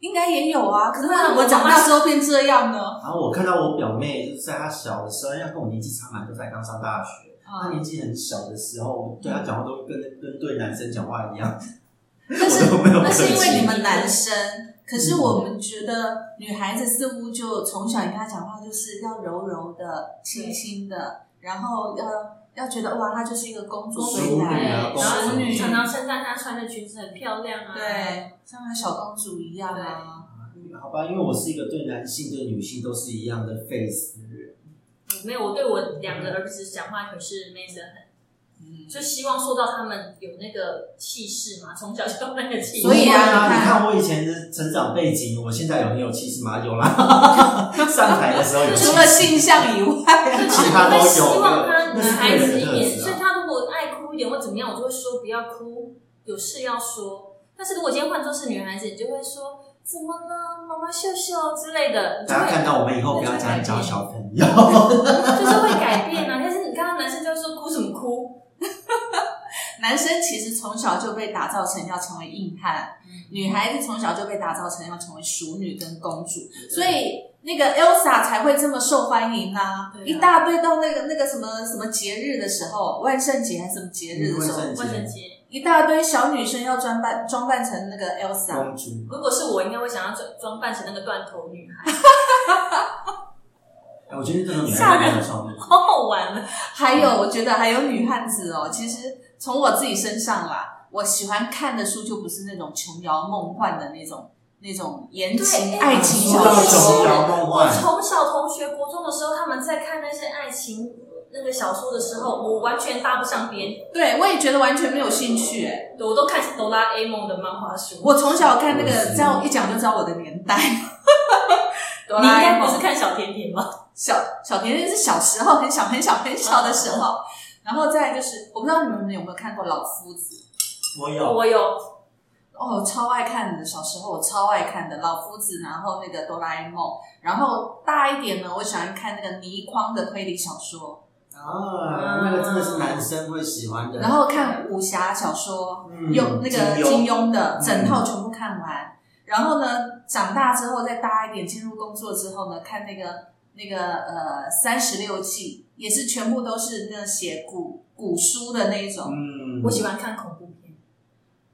Speaker 1: 应该也有啊，可是为什么
Speaker 4: 我
Speaker 1: 长大之后变这样呢？
Speaker 2: 然后我看到我表妹，就是在她小的时候，因为她跟我年纪差蛮多，才刚上大学。
Speaker 1: 啊
Speaker 2: 她年纪很小的时候，对她讲话都跟跟对男生讲话一样，
Speaker 1: 但是
Speaker 2: 我都没有
Speaker 1: 那是因
Speaker 2: 客
Speaker 1: 为
Speaker 2: 气
Speaker 1: 你们男生，可是我们觉得女孩子似乎就从小你跟她讲话就是要柔柔的、轻轻的，然后要要觉得哇，她就是一个公主
Speaker 2: 淑
Speaker 1: 回
Speaker 2: 女
Speaker 4: 对，
Speaker 2: 啊
Speaker 1: 来，
Speaker 4: 然
Speaker 2: 公
Speaker 4: 后
Speaker 1: 淑女，
Speaker 4: 常常称赞她穿的裙子很漂亮啊，，
Speaker 1: 对，像个小公主一样啊。
Speaker 2: 好吧？因为我是一个对男性对女性都是一样的 face 的人，
Speaker 4: 没有，我对我两个儿子讲话可是妹子很，
Speaker 1: 嗯
Speaker 4: 就希望塑造他们有那个气势嘛，从小就有那个气势。
Speaker 1: 所以
Speaker 2: 不
Speaker 1: 啊
Speaker 2: 会啊，
Speaker 1: 你看
Speaker 2: 你看我以前的成长背景，我现在有很有气势吗？有
Speaker 1: *laughs*
Speaker 2: 啦，上台的时候有气
Speaker 1: 除了
Speaker 2: 势，
Speaker 1: 性向以外，
Speaker 2: 其他都
Speaker 4: 我会
Speaker 2: 有
Speaker 4: 希望他
Speaker 2: 那
Speaker 4: 女
Speaker 2: 是
Speaker 4: 孩
Speaker 2: 个人
Speaker 4: 子
Speaker 2: 的
Speaker 4: 一
Speaker 2: 特
Speaker 4: 点，
Speaker 2: 质
Speaker 4: 所以
Speaker 2: 啊。
Speaker 4: 他如果爱哭一点或怎么样，我就会说不要哭，有事要说。但是如果今天换作是女孩子，你就会说怎么了，妈妈秀秀之类的，你就
Speaker 2: 大家看
Speaker 4: 会
Speaker 2: 到我们以后不要这样教小朋友，
Speaker 4: 就是会改变啊。但是你看到男生就会说哭什么哭，
Speaker 1: 男生其实从小就被打造成要成为硬汉，
Speaker 4: 嗯
Speaker 1: 女孩子从小就被打造成要成为淑女跟公主，所以那个 Elsa 才会这么受欢迎呐、
Speaker 4: 对啊
Speaker 1: 一大堆到那个那个什么什么节日的时候，万圣节还是什么节日的时候，
Speaker 2: 嗯
Speaker 4: 万圣节。
Speaker 1: 一大堆小女生要装扮装扮成那个 Elsa，
Speaker 2: 公主
Speaker 4: 如果是我，应该会想要装装扮成那个断头女孩，
Speaker 2: 哎，我觉得这种女孩子蛮有创意的。
Speaker 4: 好好玩啊！
Speaker 1: 还有我觉得还有女汉子哦，其实从我自己身上啦，我喜欢看的书就不是那种琼瑶梦幻的那种那种言情
Speaker 4: 对哎
Speaker 1: 爱情小
Speaker 2: 说到
Speaker 1: 说。
Speaker 2: 琼瑶梦
Speaker 4: 我
Speaker 2: 幻，
Speaker 4: 从小同学国中的时候，他们在看那些爱情那个小说的时候，我完全搭不上边，
Speaker 1: 对，我也觉得完全没有兴趣、哎
Speaker 4: 我都看哆啦 A 梦的漫画书。
Speaker 1: 我从小看那个，
Speaker 2: 嗯
Speaker 1: 这样一讲就知道我的年代。
Speaker 4: 你应该不是看小甜甜吗？
Speaker 1: 小小甜甜是小时候很小很小很小的时候，然后再来就是，我不知道你们有没有看过《老夫子
Speaker 2: 我有，
Speaker 4: 我有，》
Speaker 1: 哦，超爱看的，小时候我超爱看的《老夫子》，然后那个《哆啦 A 梦》，然后大一点呢，我喜欢看那个倪匡的推理小说，
Speaker 2: 啊，那个真的是男生会喜欢的。
Speaker 1: 然后看武侠小说，
Speaker 2: 嗯
Speaker 1: 有那个
Speaker 2: 金庸
Speaker 1: 金庸的整套全部看完，然后呢，长大之后再大一点，进入工作之后呢，看那个那个呃三十六计，也是全部都是那写古古书的那一种，
Speaker 2: 嗯，
Speaker 4: 我喜欢看恐怖片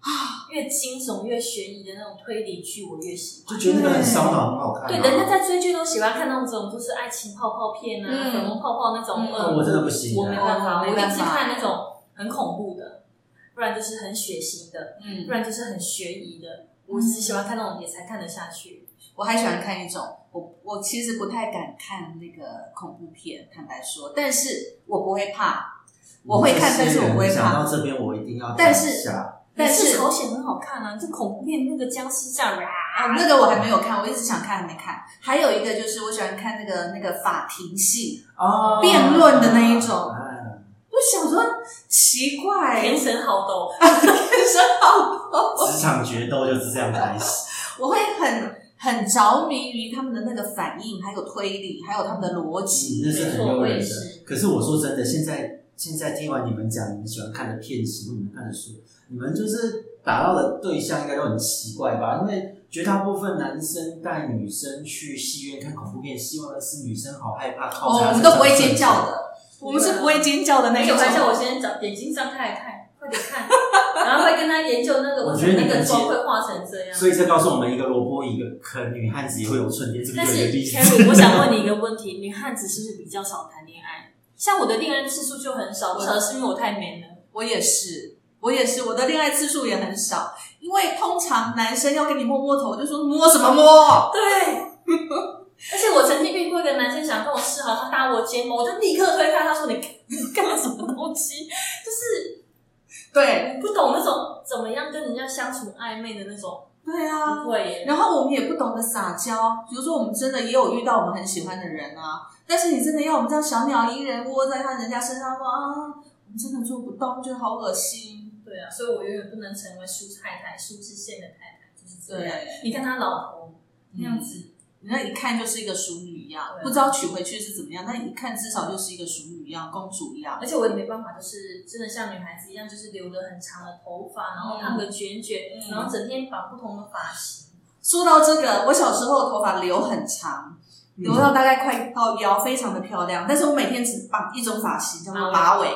Speaker 4: 啊，越惊悚越悬疑的那种推理剧，我越喜
Speaker 2: 就
Speaker 4: 欢。
Speaker 2: 觉得那个很烧脑，很好看啊。
Speaker 4: 对，人家在追剧都喜欢看那种就是爱情泡泡片啊、
Speaker 1: 嗯
Speaker 4: 粉红泡泡那种。
Speaker 1: 嗯
Speaker 4: 呃
Speaker 2: 哦我真的不行
Speaker 4: 我没
Speaker 2: 啊。
Speaker 4: 办
Speaker 1: 哦
Speaker 4: 法，我一
Speaker 1: 没
Speaker 4: 定
Speaker 1: 办
Speaker 4: 是
Speaker 1: 法
Speaker 4: 看那种很恐怖的，不然就是很血腥的，
Speaker 1: 嗯
Speaker 4: 不，然就是很悬疑
Speaker 2: 嗯
Speaker 4: 的。我只喜欢看那种也才看得下去。
Speaker 1: 我还喜欢看一种，我我其实不太敢看那个恐怖片，坦白说，但是我不会怕，我会看，但是我不会
Speaker 2: 想
Speaker 1: 怕。
Speaker 2: 到这边，我一定要
Speaker 1: 但是
Speaker 2: 讲一下
Speaker 1: 但
Speaker 4: 可
Speaker 1: 是
Speaker 4: 朝鲜很好看啊，这恐怖片那个僵尸这样啊，
Speaker 1: 啊，那个我还没有看，我一直想看，还没看。还有一个就是我喜欢看那个那个法庭戏，
Speaker 2: 哦
Speaker 1: 辩论的那一种
Speaker 2: 哎
Speaker 1: 我想说奇怪，
Speaker 4: 天神好斗，
Speaker 1: 生好，
Speaker 2: 职场决斗就是这样开始。
Speaker 1: 我会很很着迷于他们的那个反应，还有推理，还有他们的逻
Speaker 2: 嗯
Speaker 1: 辑。
Speaker 2: 那是
Speaker 4: 没
Speaker 2: 很
Speaker 4: 错
Speaker 2: 诱
Speaker 4: 我也
Speaker 2: 人的
Speaker 4: 是。
Speaker 2: 可是我说真的，现在现在听完你们讲你们喜欢看的片型，你们看的书，你们就是打到的对象应该都很奇怪吧？因为绝大部分男生带女生去戏院看恐怖片，希望的是女生好害怕，靠
Speaker 1: 哦，
Speaker 2: 在
Speaker 1: 我
Speaker 2: 他
Speaker 1: 们
Speaker 2: 身
Speaker 1: 都
Speaker 2: 上
Speaker 1: 不会
Speaker 2: 挣
Speaker 1: 尖叫
Speaker 2: 扎。
Speaker 1: 的，啊我们是不会尖叫的那
Speaker 4: 没
Speaker 1: 一
Speaker 4: 有啊
Speaker 1: 种。
Speaker 4: 关系，我先找眼睛张开来看，快点 *laughs* 看，然后会跟他研究那个
Speaker 2: 我
Speaker 4: 为什
Speaker 2: 觉得
Speaker 4: 么
Speaker 2: 你
Speaker 4: 那个
Speaker 2: 很
Speaker 4: 妆
Speaker 2: 解
Speaker 4: 会画成这样。
Speaker 2: 所以这告诉我们一个萝卜一个坑，女汉子也会有春天，这个
Speaker 4: 但
Speaker 2: 就是有一个例
Speaker 4: Terry，
Speaker 2: 子。
Speaker 4: 我想问你一个问题： *laughs* 女汉子是不是比较少谈恋爱？像我的恋爱次数就很少，不晓得是因为我太 man 了。
Speaker 1: 我也是，我也是，我的恋爱次数也很少，因为通常男生要跟你摸摸头，就说摸什么摸，
Speaker 4: 对， *laughs* 而且我曾经遇过一个男生想跟我示好，他搭我肩膀，我就立刻推开，他说你干 *laughs* 你干什么东西？就是
Speaker 1: 对
Speaker 4: 不懂那种怎么样跟人家相处暧昧的那种，
Speaker 1: 对啊，
Speaker 4: 不会耶。
Speaker 1: 然后我们也不懂得撒娇，比如说我们真的也有遇到我们很喜欢的人啊，但是你真的要我们这样小鸟依人窝在他人家身上说啊，我们真的做不到，我觉得好恶心。
Speaker 4: 对啊，所以我永远不能成为舒太太、舒适线的太太，就是这样。
Speaker 1: 对，
Speaker 4: 你看他老婆那样子，
Speaker 1: 那一看就是一个熟女一样，
Speaker 4: 嗯对
Speaker 1: 不知道娶回去是怎么样，但一看至少就是一个熟女一样，公主一样
Speaker 4: 而。且我也没办法，就是真的像女孩子一样，就是留了很长的头发，然后烫个卷卷，
Speaker 1: 嗯
Speaker 4: 然后整天绑不同的发型。
Speaker 1: 说到这个，我小时候头发留很长，
Speaker 2: 嗯
Speaker 1: 留到大概快到腰，非常的漂亮，但是我每天只绑一种发型，叫做马尾。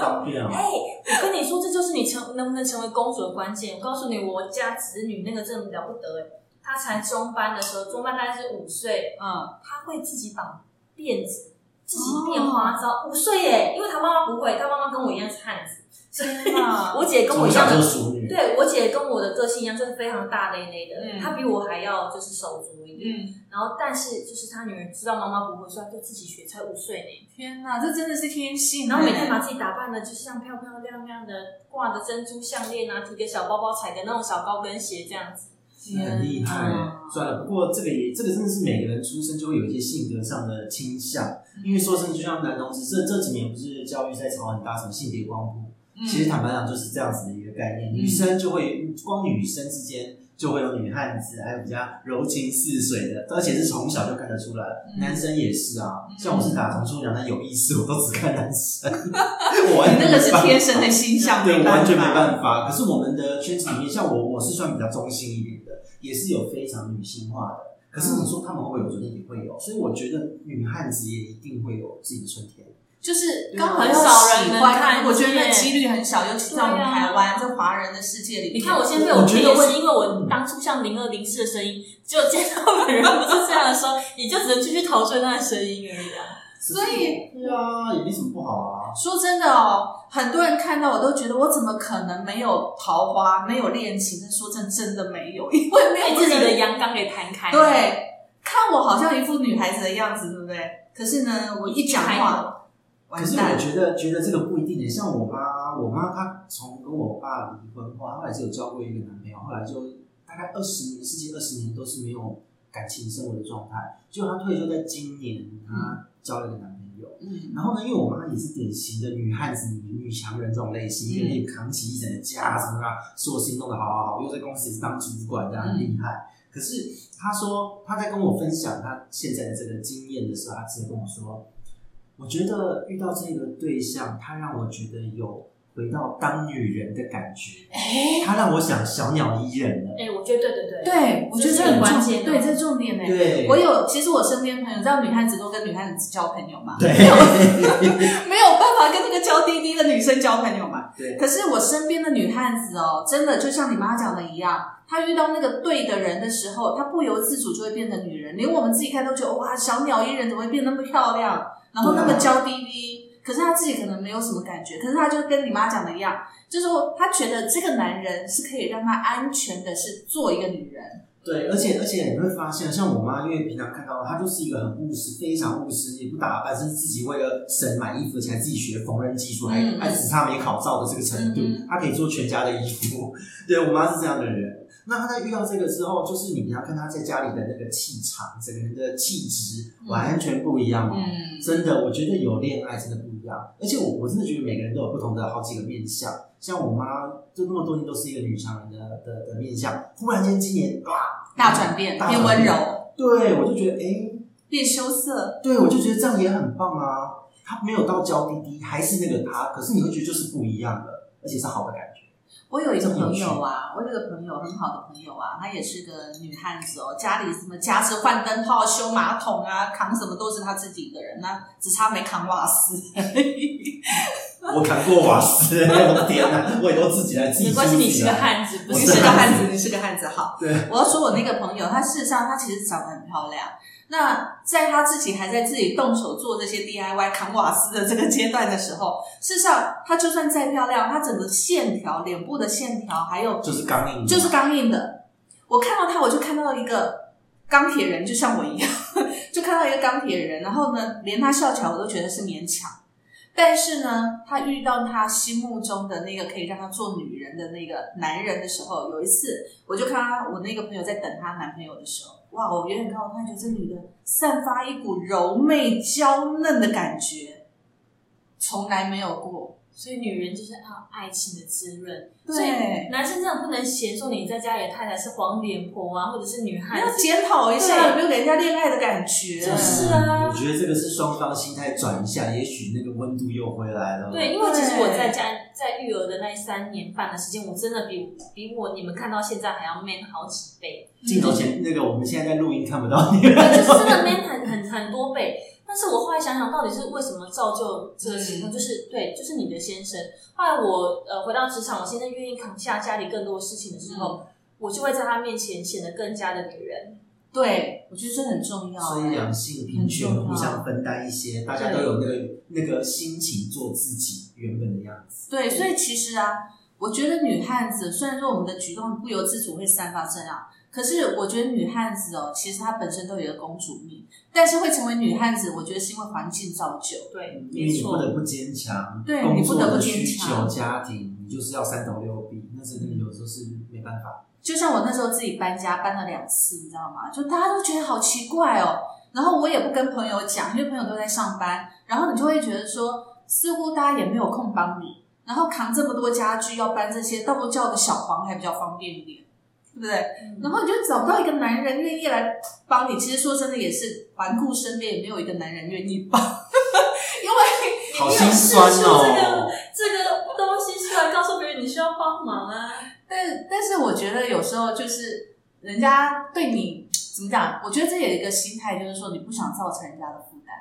Speaker 2: 方便
Speaker 4: 哎、
Speaker 2: 啊。
Speaker 4: 我跟你说，这就是你成能不能成为公主的关键。我告诉你，我家侄女那个真的了不得哎、她才中班的时候，中班大概是五岁，
Speaker 1: 嗯，
Speaker 4: 她会自己绑辫子，自己变花招。五岁耶，因为她妈妈不会，她妈妈跟我一样是汉子，所以
Speaker 1: 天哪 *laughs*
Speaker 4: 我姐跟我
Speaker 2: 从
Speaker 4: 一
Speaker 2: 小
Speaker 4: 样
Speaker 2: 就
Speaker 4: 的
Speaker 2: 是熟女，
Speaker 4: 对我姐跟我的个性一样，就是非常大咧咧的，
Speaker 1: 嗯
Speaker 4: 她比我还要就是手足一点。
Speaker 1: 嗯，
Speaker 4: 然后，但是就是她女儿知道妈妈不会，所以她就自己学，才五岁呢。
Speaker 1: 天哪，这真的是天性。欸
Speaker 4: 然后每天把自己打扮的，就是像漂漂亮亮的，挂着珍珠项链啊，提个小包包，踩个那种小高跟鞋这样子。
Speaker 2: 很厉害
Speaker 1: 天哪。
Speaker 2: 算了，不过这个也这个真的是每个人出生就会有一些性格上的倾向，因为说真的，就像男同志，这这几年不是教育在吵很大，什么性别光谱，
Speaker 1: 嗯
Speaker 2: 其实坦白讲就是这样子的一个概念，女生就会光女生之间就会有女汉子，还有比较柔情似水的，而且是从小就看得出来。
Speaker 1: 嗯
Speaker 2: 男生也是啊，
Speaker 1: 嗯
Speaker 2: 像我是打从出讲他有意思，我都只看男
Speaker 1: *laughs*
Speaker 2: 生，我
Speaker 1: 你
Speaker 2: 完全
Speaker 1: 那个是
Speaker 2: 没办法
Speaker 1: 天生的形象，
Speaker 2: 对，
Speaker 1: 没
Speaker 2: 我
Speaker 1: 办
Speaker 2: 完全没
Speaker 1: 法。
Speaker 2: 办法。可是我们的圈子里面，像我，我是算比较中性一点的，也是有非常女性化的。可是你说他们会不会有，昨天也会有，所以我觉得女汉子也一定会有自己的春天。
Speaker 1: 就是
Speaker 2: 对
Speaker 1: 刚
Speaker 2: 啊
Speaker 1: 好
Speaker 4: 很
Speaker 1: 要
Speaker 4: 少人
Speaker 1: 喜
Speaker 4: 能
Speaker 1: 欢
Speaker 4: 看
Speaker 1: 我觉得
Speaker 4: 见
Speaker 1: 那几率很小，尤其在我们
Speaker 4: 对啊
Speaker 1: 台湾，在华人的世界里面。
Speaker 4: 你看我现在被
Speaker 2: 我
Speaker 4: 我
Speaker 2: 觉
Speaker 4: 骗
Speaker 2: 得
Speaker 4: 也
Speaker 2: 会
Speaker 4: 是因为我当初像零二零四的声音，只有见到的人不是这样的时候，你就只能继续陶醉那个声音而已
Speaker 1: *laughs*
Speaker 4: 啊。
Speaker 1: 所以
Speaker 2: 对啊，也没什么不好啊。
Speaker 1: 说真的哦，很多人看到我都觉得我怎么可能没有桃花，没有恋情？但说真真的没有，因为没
Speaker 4: 被
Speaker 1: 有
Speaker 4: 哎自己的
Speaker 1: 人
Speaker 4: 阳刚给弹开。
Speaker 1: 对，看我好像一副女孩子的样子，对不对？可是呢，我一讲话，
Speaker 2: 可
Speaker 1: 完
Speaker 2: 是我
Speaker 1: 蛋。
Speaker 2: 觉得，觉得这个不一定耶。像我妈，我妈她从跟我爸离婚后，她后来是有交过一个男朋友，后来就大概二十年，十几二十年都是没有感情生活的状态。就她退休在今年，她交了一个男朋友。
Speaker 1: 嗯
Speaker 2: 然后呢，因为我妈也是典型的女汉子、女女强人这种类
Speaker 1: 嗯
Speaker 2: 型，就可以扛起一整个家什么的，所有事情弄得好好好，又在公司也是当主管，这样很厉害。可是她说，她在跟我分享她现在的这个经验的时候，她直接跟我说，我觉得遇到这个对象，他让我觉得有回到当女人的感觉，
Speaker 1: 哎，
Speaker 2: 他让我想小鸟依人了。
Speaker 4: 哎、我觉得对对对。
Speaker 1: 对，我觉得
Speaker 4: 这是
Speaker 1: 很
Speaker 4: 很
Speaker 1: 重
Speaker 4: 关键的
Speaker 1: 对，这是重点呢。
Speaker 2: 对，
Speaker 1: 我有，其实我身边朋友，你知道女汉子都跟女汉子交朋友嘛，
Speaker 2: 对
Speaker 1: 没有办法跟那个娇滴滴的女生交朋友嘛。
Speaker 2: 对
Speaker 1: 可是我身边的女汉子哦，真的就像你妈讲的一样，她遇到那个对的人的时候，她不由自主就会变成女人。连我们自己看都觉得哇，小鸟依人怎么会变那么漂亮，然后那么娇滴滴。可是她自己可能没有什么感觉，可是她就跟你妈讲的一样，就是说她觉得这个男人是可以让她安全的，是做一个女人。
Speaker 2: 对，而且而且你会发现，像我妈，因为平常看到她就是一个很务实，非常务实，也不打扮，甚至自己为了省买衣服才自己学缝纫技术，还、
Speaker 1: 嗯
Speaker 2: 还只差没考照的这个程度，
Speaker 1: 嗯
Speaker 2: 她可以做全家的衣服。对我妈是这样的人。那她在遇到这个之后，就是你平常看她在家里的那个气场，整个人的气质
Speaker 1: 嗯
Speaker 2: 完全不一样哦。
Speaker 1: 嗯
Speaker 2: 真的，我觉得有恋爱真的不一样，而且我我真的觉得每个人都有不同的好几个面相。像我妈，就那么多年都是一个女强人的的的面相，忽然间今年哇，
Speaker 1: 大转变，变温。柔，
Speaker 2: 对，我就觉得哎、
Speaker 1: 变羞涩。
Speaker 2: 对我就觉得这样也很棒啊。她没有到娇滴滴，还是那个她，可是你会觉得就是不一样的，而且是好的感觉。
Speaker 1: 我有一个朋友啊，我有一个朋友很好的朋友啊，她也是个女汉子哦，家里什么家事换灯泡、修马桶啊、扛什么都是她自己一个人，那只差没扛瓦
Speaker 2: *laughs*
Speaker 1: 斯。
Speaker 2: 我扛过瓦斯，我的 *laughs* 天哪，我也都自己来自己。啊
Speaker 4: 没关系，你是个。汉子，不
Speaker 2: 我
Speaker 1: 你
Speaker 4: 是
Speaker 1: 是
Speaker 2: 是
Speaker 1: 个
Speaker 2: 汉
Speaker 1: 汉
Speaker 2: 子
Speaker 1: 子，你是个汉子，好。
Speaker 2: 对，
Speaker 1: 我要说，我那个朋友，她事实上她其实长得很漂亮。那在她自己还在自己动手做这些 DIY 扛瓦斯的这个阶段的时候，事实上她就算再漂亮，她整个线条、脸部的线条，还有
Speaker 2: 就是刚硬，嗯
Speaker 1: 就是刚硬的。我看到他，我就看到一个钢铁人就像我一样， *laughs* 就看到一个钢铁人，然后呢，连他笑起来我都觉得是勉强。但是呢，他遇到他心目中的那个可以让他做女人的那个男人的时候，有一次我就看到他我那个朋友在等她男朋友的时候，哇，我远远看我突然觉得这女的散发一股柔媚娇嫩的感觉，从来没有过。
Speaker 4: 所以女人就是要爱情的滋润。
Speaker 1: 对
Speaker 4: 所以男生真的不能嫌说你在家里的太太是黄脸婆啊，或者是女汉
Speaker 1: 要
Speaker 4: 子。
Speaker 1: 检讨一下
Speaker 4: 对
Speaker 1: 有没有给人家恋爱的感觉。
Speaker 4: 就是啊
Speaker 2: 我觉得这个是双方心态转一下，也许那个温度又回来了。
Speaker 4: 对，因为其实我在家在育儿的那三年半的时间，我真的比比我你们看到现在还要 man 好几倍，
Speaker 2: 镜头
Speaker 1: 嗯
Speaker 2: 前那个我们现在在录音看不到你，
Speaker 4: 就是真的 man 很很很多倍。但是我后来想想，到底是为什么造就这个情况？就是对，就是你的先生。后来我呃回到职场，我先生愿意扛下家里更多事情的时候，我就会在他面前显得更加的女人。
Speaker 1: 对，我觉得这很重要。哎
Speaker 2: 所以两性平权，互相分担一些，大家都有那个那个心情做自己原本的样子。
Speaker 1: 对，所以其实啊，我觉得女汉子虽然说我们的举动不由自主会散发这样，可是我觉得女汉子哦，其实她本身都有一个公主命，但是会成为女汉子，我觉得是因为环境造就。
Speaker 4: 对，
Speaker 2: 因
Speaker 4: 没
Speaker 2: 为你不
Speaker 4: 错。
Speaker 2: 得不坚强，
Speaker 1: 对
Speaker 2: 工作
Speaker 1: 你不得
Speaker 2: 的
Speaker 1: 不
Speaker 2: 需
Speaker 1: 坚
Speaker 2: 求、
Speaker 1: 强
Speaker 2: 家庭，你就是要三头六臂，那真的有时候是没办法。
Speaker 1: 就像我那时候自己搬家搬了两次，你知道吗？就大家都觉得好奇怪哦。然后我也不跟朋友讲，因为朋友都在上班，然后你就会觉得说，似乎大家也没有空帮你，然后扛这么多家具要搬这些，倒不如叫个小黄还比较方便一点，对不对？然后你就找不到一个男人愿意来帮你。其实说真的，也是环顾身边，也没有一个男人愿意帮， *laughs* 因为
Speaker 2: 好心酸哦！
Speaker 4: 这个东西出来告诉别人你需要帮忙啊。
Speaker 1: 但但是我觉得有时候就是人家对你怎么讲？我觉得这有一个心态，就是说你不想造成人家的负担。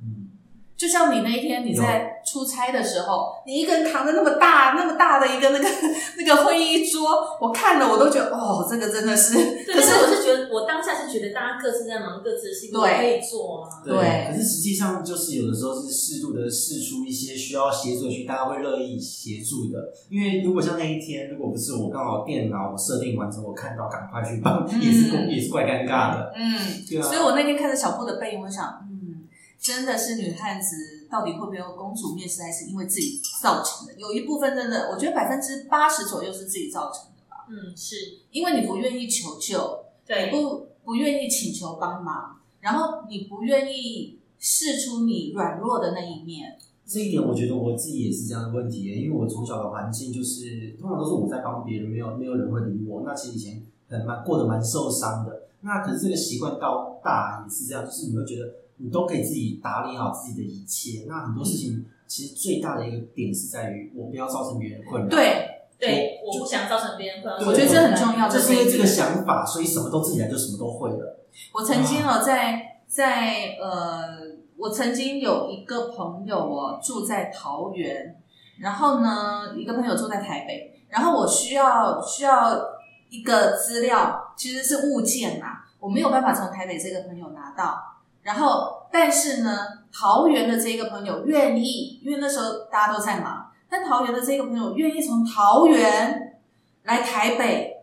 Speaker 2: 嗯，
Speaker 1: 就像你那一天你在出差的时候，你一个人扛着那么大那么大的一个那个那个会议桌，我看了我都觉得哦，这个真的是。可
Speaker 4: 对，但是我
Speaker 1: 是
Speaker 4: 是觉得，我当下是觉得大家各自在忙各自的事情，
Speaker 1: 对
Speaker 4: 我可以做啊。
Speaker 1: 对
Speaker 2: 可是实际上就是有的时候是适度的试出一些需要协助的区，大家会乐意协助的。因为如果像那一天，如果不是我刚好电脑我设定完之后，我看到赶快去帮，
Speaker 1: 嗯
Speaker 2: 也是够也是怪尴尬的。
Speaker 1: 嗯，
Speaker 2: 对啊，
Speaker 1: 所以我那天看着小布的背影，我想，嗯，真的是女汉子到底会不会有公主面，实在是因为自己造成的。有一部分真的，我觉得百分之八十左右是自己造成的，
Speaker 4: 嗯，是
Speaker 1: 因为你不愿意求救，你
Speaker 4: 对，
Speaker 1: 不不愿意请求帮忙，然后你不愿意试出你软弱的那一面，
Speaker 2: 这一点我觉得我自己也是这样的问题耶，因为我从小的环境就是通常都是我在帮别人，没有没有人会理我。那其实以前很蛮过得蛮受伤的。那可是这个习惯到大也是这样，就是你会觉得你都可以自己打理好自己的一切。那很多事情其实最大的一个点是在于我不要造成别人困扰。
Speaker 1: 对，
Speaker 4: 对，我不想造成别人困扰。
Speaker 2: 对，
Speaker 1: 我觉得这很重要
Speaker 2: 就是因为这个想法，所以什么都自己来，就什么都会了。
Speaker 1: 我曾经哦，在在呃，我曾经有一个朋友哦，住在桃园，然后呢，一个朋友住在台北，然后我需要需要一个资料，其实是物件嘛，我没有办法从台北这个朋友拿到，然后但是呢，桃园的这个朋友愿意，因为那时候大家都在忙，但桃园的这个朋友愿意从桃园来台北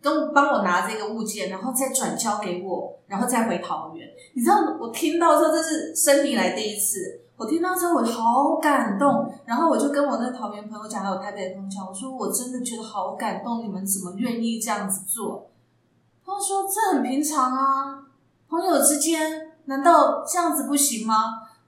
Speaker 1: 跟帮我拿这个物件，然后再转交给我，然后再回桃园。你知道，我听到之后，这是生平以来第一次。我听到之后，我好感动，然后我就跟我那桃园朋友讲，还有台北的朋友讲，我说我真的觉得好感动，你们怎么愿意这样子做？他们说这很平常啊，朋友之间难道这样子不行吗？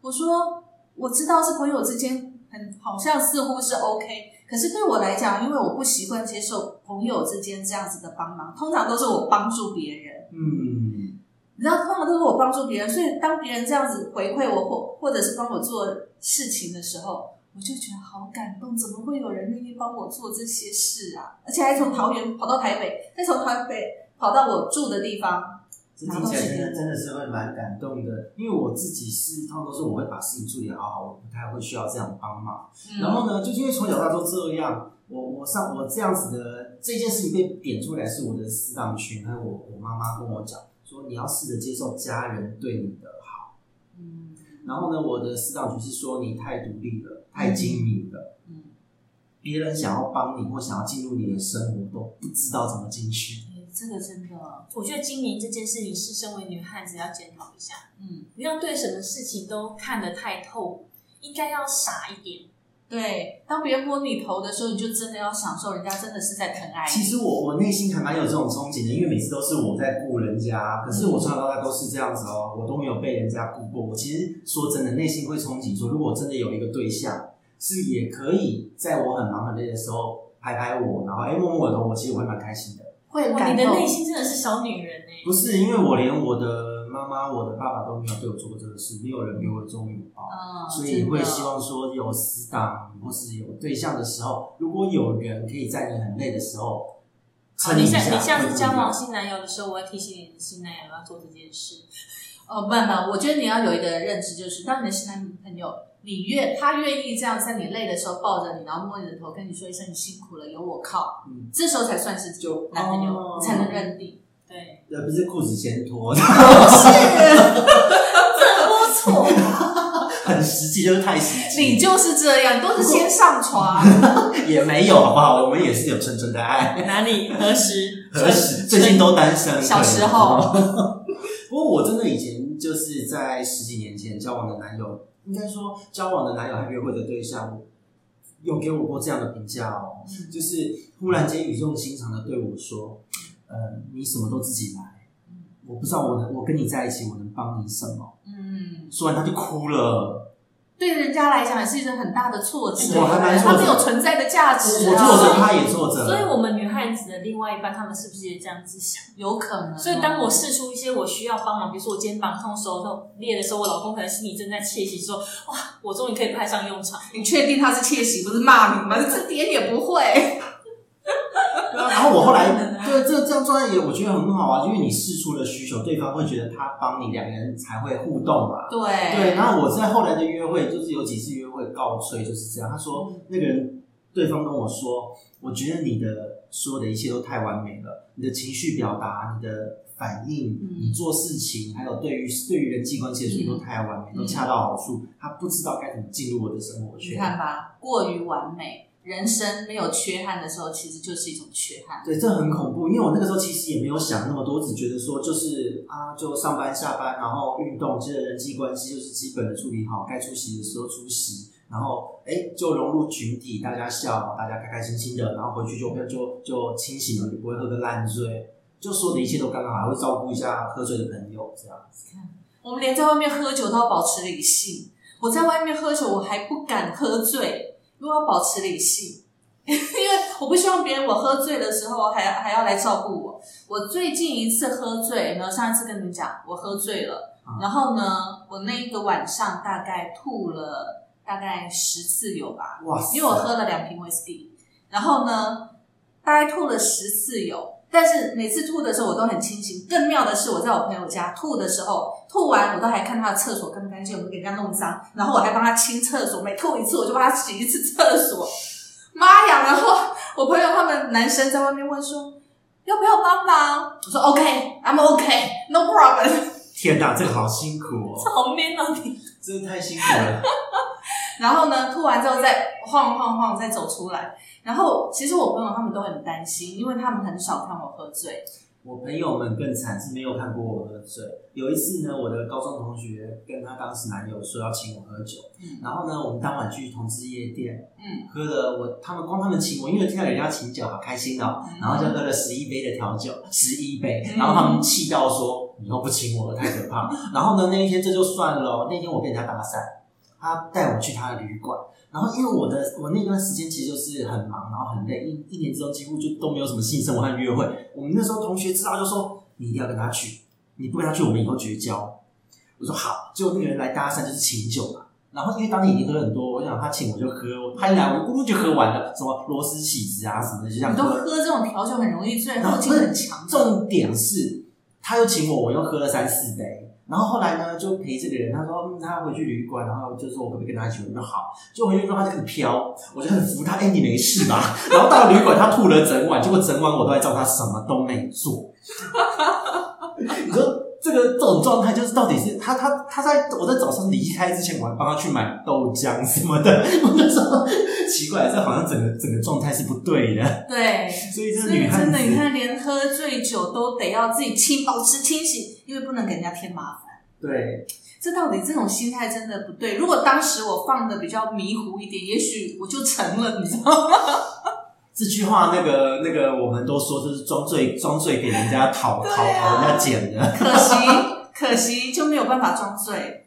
Speaker 1: 我说我知道是朋友之间很好像似乎是 OK，可是对我来讲，因为我不习惯接受朋友之间这样子的帮忙，通常都是我帮助别人，
Speaker 2: 嗯，
Speaker 1: 你知道，通常都是我帮助别人，所以当别人这样子回馈我或或者是帮我做事情的时候，我就觉得好感动，怎么会有人愿意帮我做这些事啊？而且还从桃园跑到台北，再从台北跑到我住的地方，
Speaker 2: 这听起来真的真的是会蛮感动的，因为我自己是通常都是我会把事情处理好好，我不太会需要这样帮忙。
Speaker 1: 嗯
Speaker 2: 然后呢，就是因为从小到大都这样，我我上我这样子的这件事情被点出来，是我的死党群还有我我妈妈跟我讲说，你要试着接受家人对你的好。
Speaker 1: 嗯
Speaker 2: 然后呢，我的死党群是说你太独立了，太精明了，
Speaker 1: 嗯，
Speaker 2: 别人想要帮你或想要进入你的生活都不知道怎么进去。
Speaker 4: 没
Speaker 1: 这个真的，
Speaker 5: 我觉得经营这件事情是身为女汉子要检讨一下，
Speaker 1: 嗯，
Speaker 5: 不要对什么事情都看得太透，应该要傻一点。
Speaker 1: 对，当别人摸你头的时候，你就真的要享受人家真的是在疼爱
Speaker 2: 其
Speaker 1: 你。
Speaker 2: 实我我内心还蛮有这种憧憬的，因为每次都是我在顾
Speaker 1: 嗯
Speaker 2: 人家，可是我从小到大都是这样子哦，我都没有被人家顾过。我其实说真的，内心会憧憬说，如果我真的有一个对象，是也可以在我很忙很累的时候拍拍我，然后哎摸摸我的头，我其实我会蛮开心的。
Speaker 1: 会很
Speaker 5: 哇，
Speaker 1: 感
Speaker 5: 你的
Speaker 1: 动
Speaker 5: 内心真的是小女人哎、
Speaker 2: 不是因为我连我的妈妈、我的爸爸都没有对我做过这个事，没有人给我这种拥抱。
Speaker 1: 嗯，
Speaker 2: 啊所以
Speaker 1: 真
Speaker 2: 会
Speaker 1: 的
Speaker 2: 希望说有死党或是有对象的时候，如果有人可以在你很累的时候
Speaker 5: 好，
Speaker 2: 撑
Speaker 5: 你
Speaker 2: 一
Speaker 5: 下
Speaker 2: 下，
Speaker 1: 哦
Speaker 5: 你下次交往
Speaker 2: 会不一样
Speaker 5: 新男友的时候，我要提醒你的新男友要做这件事。
Speaker 1: 呃，不不，我觉得你要有一个认知，就是当你的新男朋友，你愿他愿意这样在你累的时候抱着你，然后摸你的头，跟你说一声你辛苦了，有我靠，
Speaker 2: 嗯
Speaker 1: 这时候才算是就男朋友，
Speaker 2: 哦
Speaker 1: 你才能认定。
Speaker 5: 对， *laughs*
Speaker 2: 呃，不是裤子先脱，
Speaker 4: 不错，
Speaker 2: *laughs* 很实际，就是太实际，
Speaker 1: 你就是这样，都是先上
Speaker 2: *laughs*
Speaker 1: 床，
Speaker 2: 也没有好不好？我们也是有纯纯的爱，
Speaker 5: 哪里何时？
Speaker 2: 何时最近都单身，
Speaker 1: 小时候
Speaker 2: 可能。 *laughs* 不过我真的以前就是在十几年前交往的男友，应该说交往的男友还约会的对象，有给我过这样的评价哦。
Speaker 1: 嗯
Speaker 2: 就是忽然间语重心长的对我说：“呃，你什么都自己来，我不知道我能我跟你在一起我能帮你什么。
Speaker 1: 嗯”，
Speaker 2: 说完他就哭了，
Speaker 1: 对人家来讲也是一种很大的挫折，
Speaker 2: 我还蛮
Speaker 1: 他没
Speaker 2: 挫
Speaker 1: 有
Speaker 2: 折
Speaker 1: 存在的价值、啊，
Speaker 2: 我坐着他也坐
Speaker 4: 呃
Speaker 2: 着，
Speaker 5: 所以我们女汉子的另外一半，她们是不是也这样子想？
Speaker 1: 有可能哦。
Speaker 5: 所以当我试出一些我需要帮忙，比如说我肩膀痛、手痛裂的时候，我老公可能心里正在窃喜，说：“哇，我终于可以派上用场。
Speaker 1: 你确定他是窃喜，不是骂你吗？这点也不会。
Speaker 2: 对啊 *laughs* 然后我后
Speaker 1: *laughs*
Speaker 2: 来对这这样状态也我觉得很好啊，因为你试出了需求，对方会觉得他帮你，两个人才会互动嘛。
Speaker 1: 对
Speaker 2: 对，然后我在后来的约会，就是有几次约会告吹就是这样，他说
Speaker 1: 嗯
Speaker 2: 那个人对方跟我说，我觉得你的所有的一切都太完美了，你的情绪表达、你的反应、
Speaker 1: 嗯
Speaker 2: 你做事情，还有对于对于人际关系的处理都太完美，
Speaker 1: 嗯
Speaker 2: 都恰到好处，他不知道该怎么进入我的生活
Speaker 1: 你
Speaker 2: 圈。
Speaker 1: 看吧，过于完美，人生没有缺憾的时候，其实就是一种缺憾。
Speaker 2: 对，这很恐怖，因为我那个时候其实也没有想那么多，只觉得说就是啊，就上班下班，然后运动，接着人际关系就是基本的处理好，该出席的时候出席，然后哎就融入群体，大家笑，大家开开心心的，然后回去就就就清醒了，也不会喝个烂醉，就所有的一切都刚好，还会照顾一下喝醉的朋友这样。
Speaker 1: 我们连在外面喝酒都要保持理性。我在外面喝酒，我还不敢喝醉，因为我要保持理性， *laughs* 因为我不希望别人我喝醉的时候还还要来照顾我。我最近一次喝醉，有没有上一次跟你们讲，我喝醉了
Speaker 2: 嗯，
Speaker 1: 然后呢，我那一个晚上大概吐了大概十次有吧，
Speaker 2: 哇塞，
Speaker 1: 因为我喝了两瓶威士忌，然后呢，大概吐了十次有，但是每次吐的时候我都很清醒。更妙的是，我在我朋友家吐的时候，吐完我都还看他的厕所干不干净，有没有给人家弄脏，然后我还帮他清厕所，每吐一次我就帮他洗一次厕所。妈呀！然后我朋友他们男生在外面问说。要不要帮忙？我说 OK，I'm OK，No problem。
Speaker 2: 天哪，这个好辛苦
Speaker 5: 这
Speaker 2: 哦，
Speaker 5: 好 man 哦你！
Speaker 2: 真的太辛苦了。
Speaker 1: 然后呢，吐完之后再晃晃晃再走出来。然后其实我朋友他们都很担心，因为他们很少看我喝醉。
Speaker 2: 我朋友们更惨，是没有看过我喝醉。有一次呢，我的高中同学跟她当时男友说要请我喝酒，
Speaker 1: 嗯
Speaker 2: 然后呢，我们当晚去同志夜店，
Speaker 1: 嗯，
Speaker 2: 喝了我他们光他们请我，因为听到人家请酒好开心哦，
Speaker 1: 嗯
Speaker 2: 然后就喝了十一杯的调酒，十一杯，然后他们气到说以后不请我了，太
Speaker 1: *laughs*
Speaker 2: 可怕。然后呢，那一天这就算了哦，那天我被人家搭讪，他带我去他的旅馆。然后因为我的我那段时间其实就是很忙，然后很累，一一年之中几乎就都没有什么性生活和约会。我们那时候同学知道就说你一定要跟他去，你不跟他去我们以后绝交。我说好，结果那个人来搭讪就是请酒嘛。然后因为当天已经喝很多，我想他请我就喝，他一来我咕噜就喝完了，什么螺丝起子啊什么的，就这样
Speaker 1: 你都
Speaker 2: 喝。
Speaker 1: 喝这种调酒很容易醉，
Speaker 2: 然
Speaker 1: 后
Speaker 2: 后
Speaker 1: 劲很强。
Speaker 2: 重点是，他又请我，我又喝了三四杯。然后后来呢，就陪这个人，他说、嗯、他要回去旅馆，然后就说我可不可以跟他一起？我说好，就回去之后他就开始飘，我就很服他，哎、你没事吧？ *laughs* 然后到了旅馆，他吐了整晚，结果整晚我都在照他什么都没做。你说这个这种种状态就是到底是他他他在我在早上离开之前，我还帮他去买豆浆什么的， *laughs* 我就说奇怪，这好像整个整个状态是不对的。
Speaker 1: 对，
Speaker 2: 所以这
Speaker 1: 所
Speaker 2: 女
Speaker 1: 以真
Speaker 2: 汉子 *laughs*
Speaker 1: 的，你看，连喝醉酒都得要自己清，保持清醒，因为不能给人家添麻烦。
Speaker 2: 对
Speaker 1: 这到底这种心态真的不对。如果当时我放的比较迷糊一点，也许我就成了，你知
Speaker 2: *laughs*
Speaker 1: 道吗？
Speaker 2: 这句话，那个那个，我们都说这是装醉装醉给人家讨
Speaker 1: 对
Speaker 2: 讨
Speaker 1: 啊
Speaker 2: 讨人家捡的。
Speaker 1: 可惜，可惜就没有办法装醉。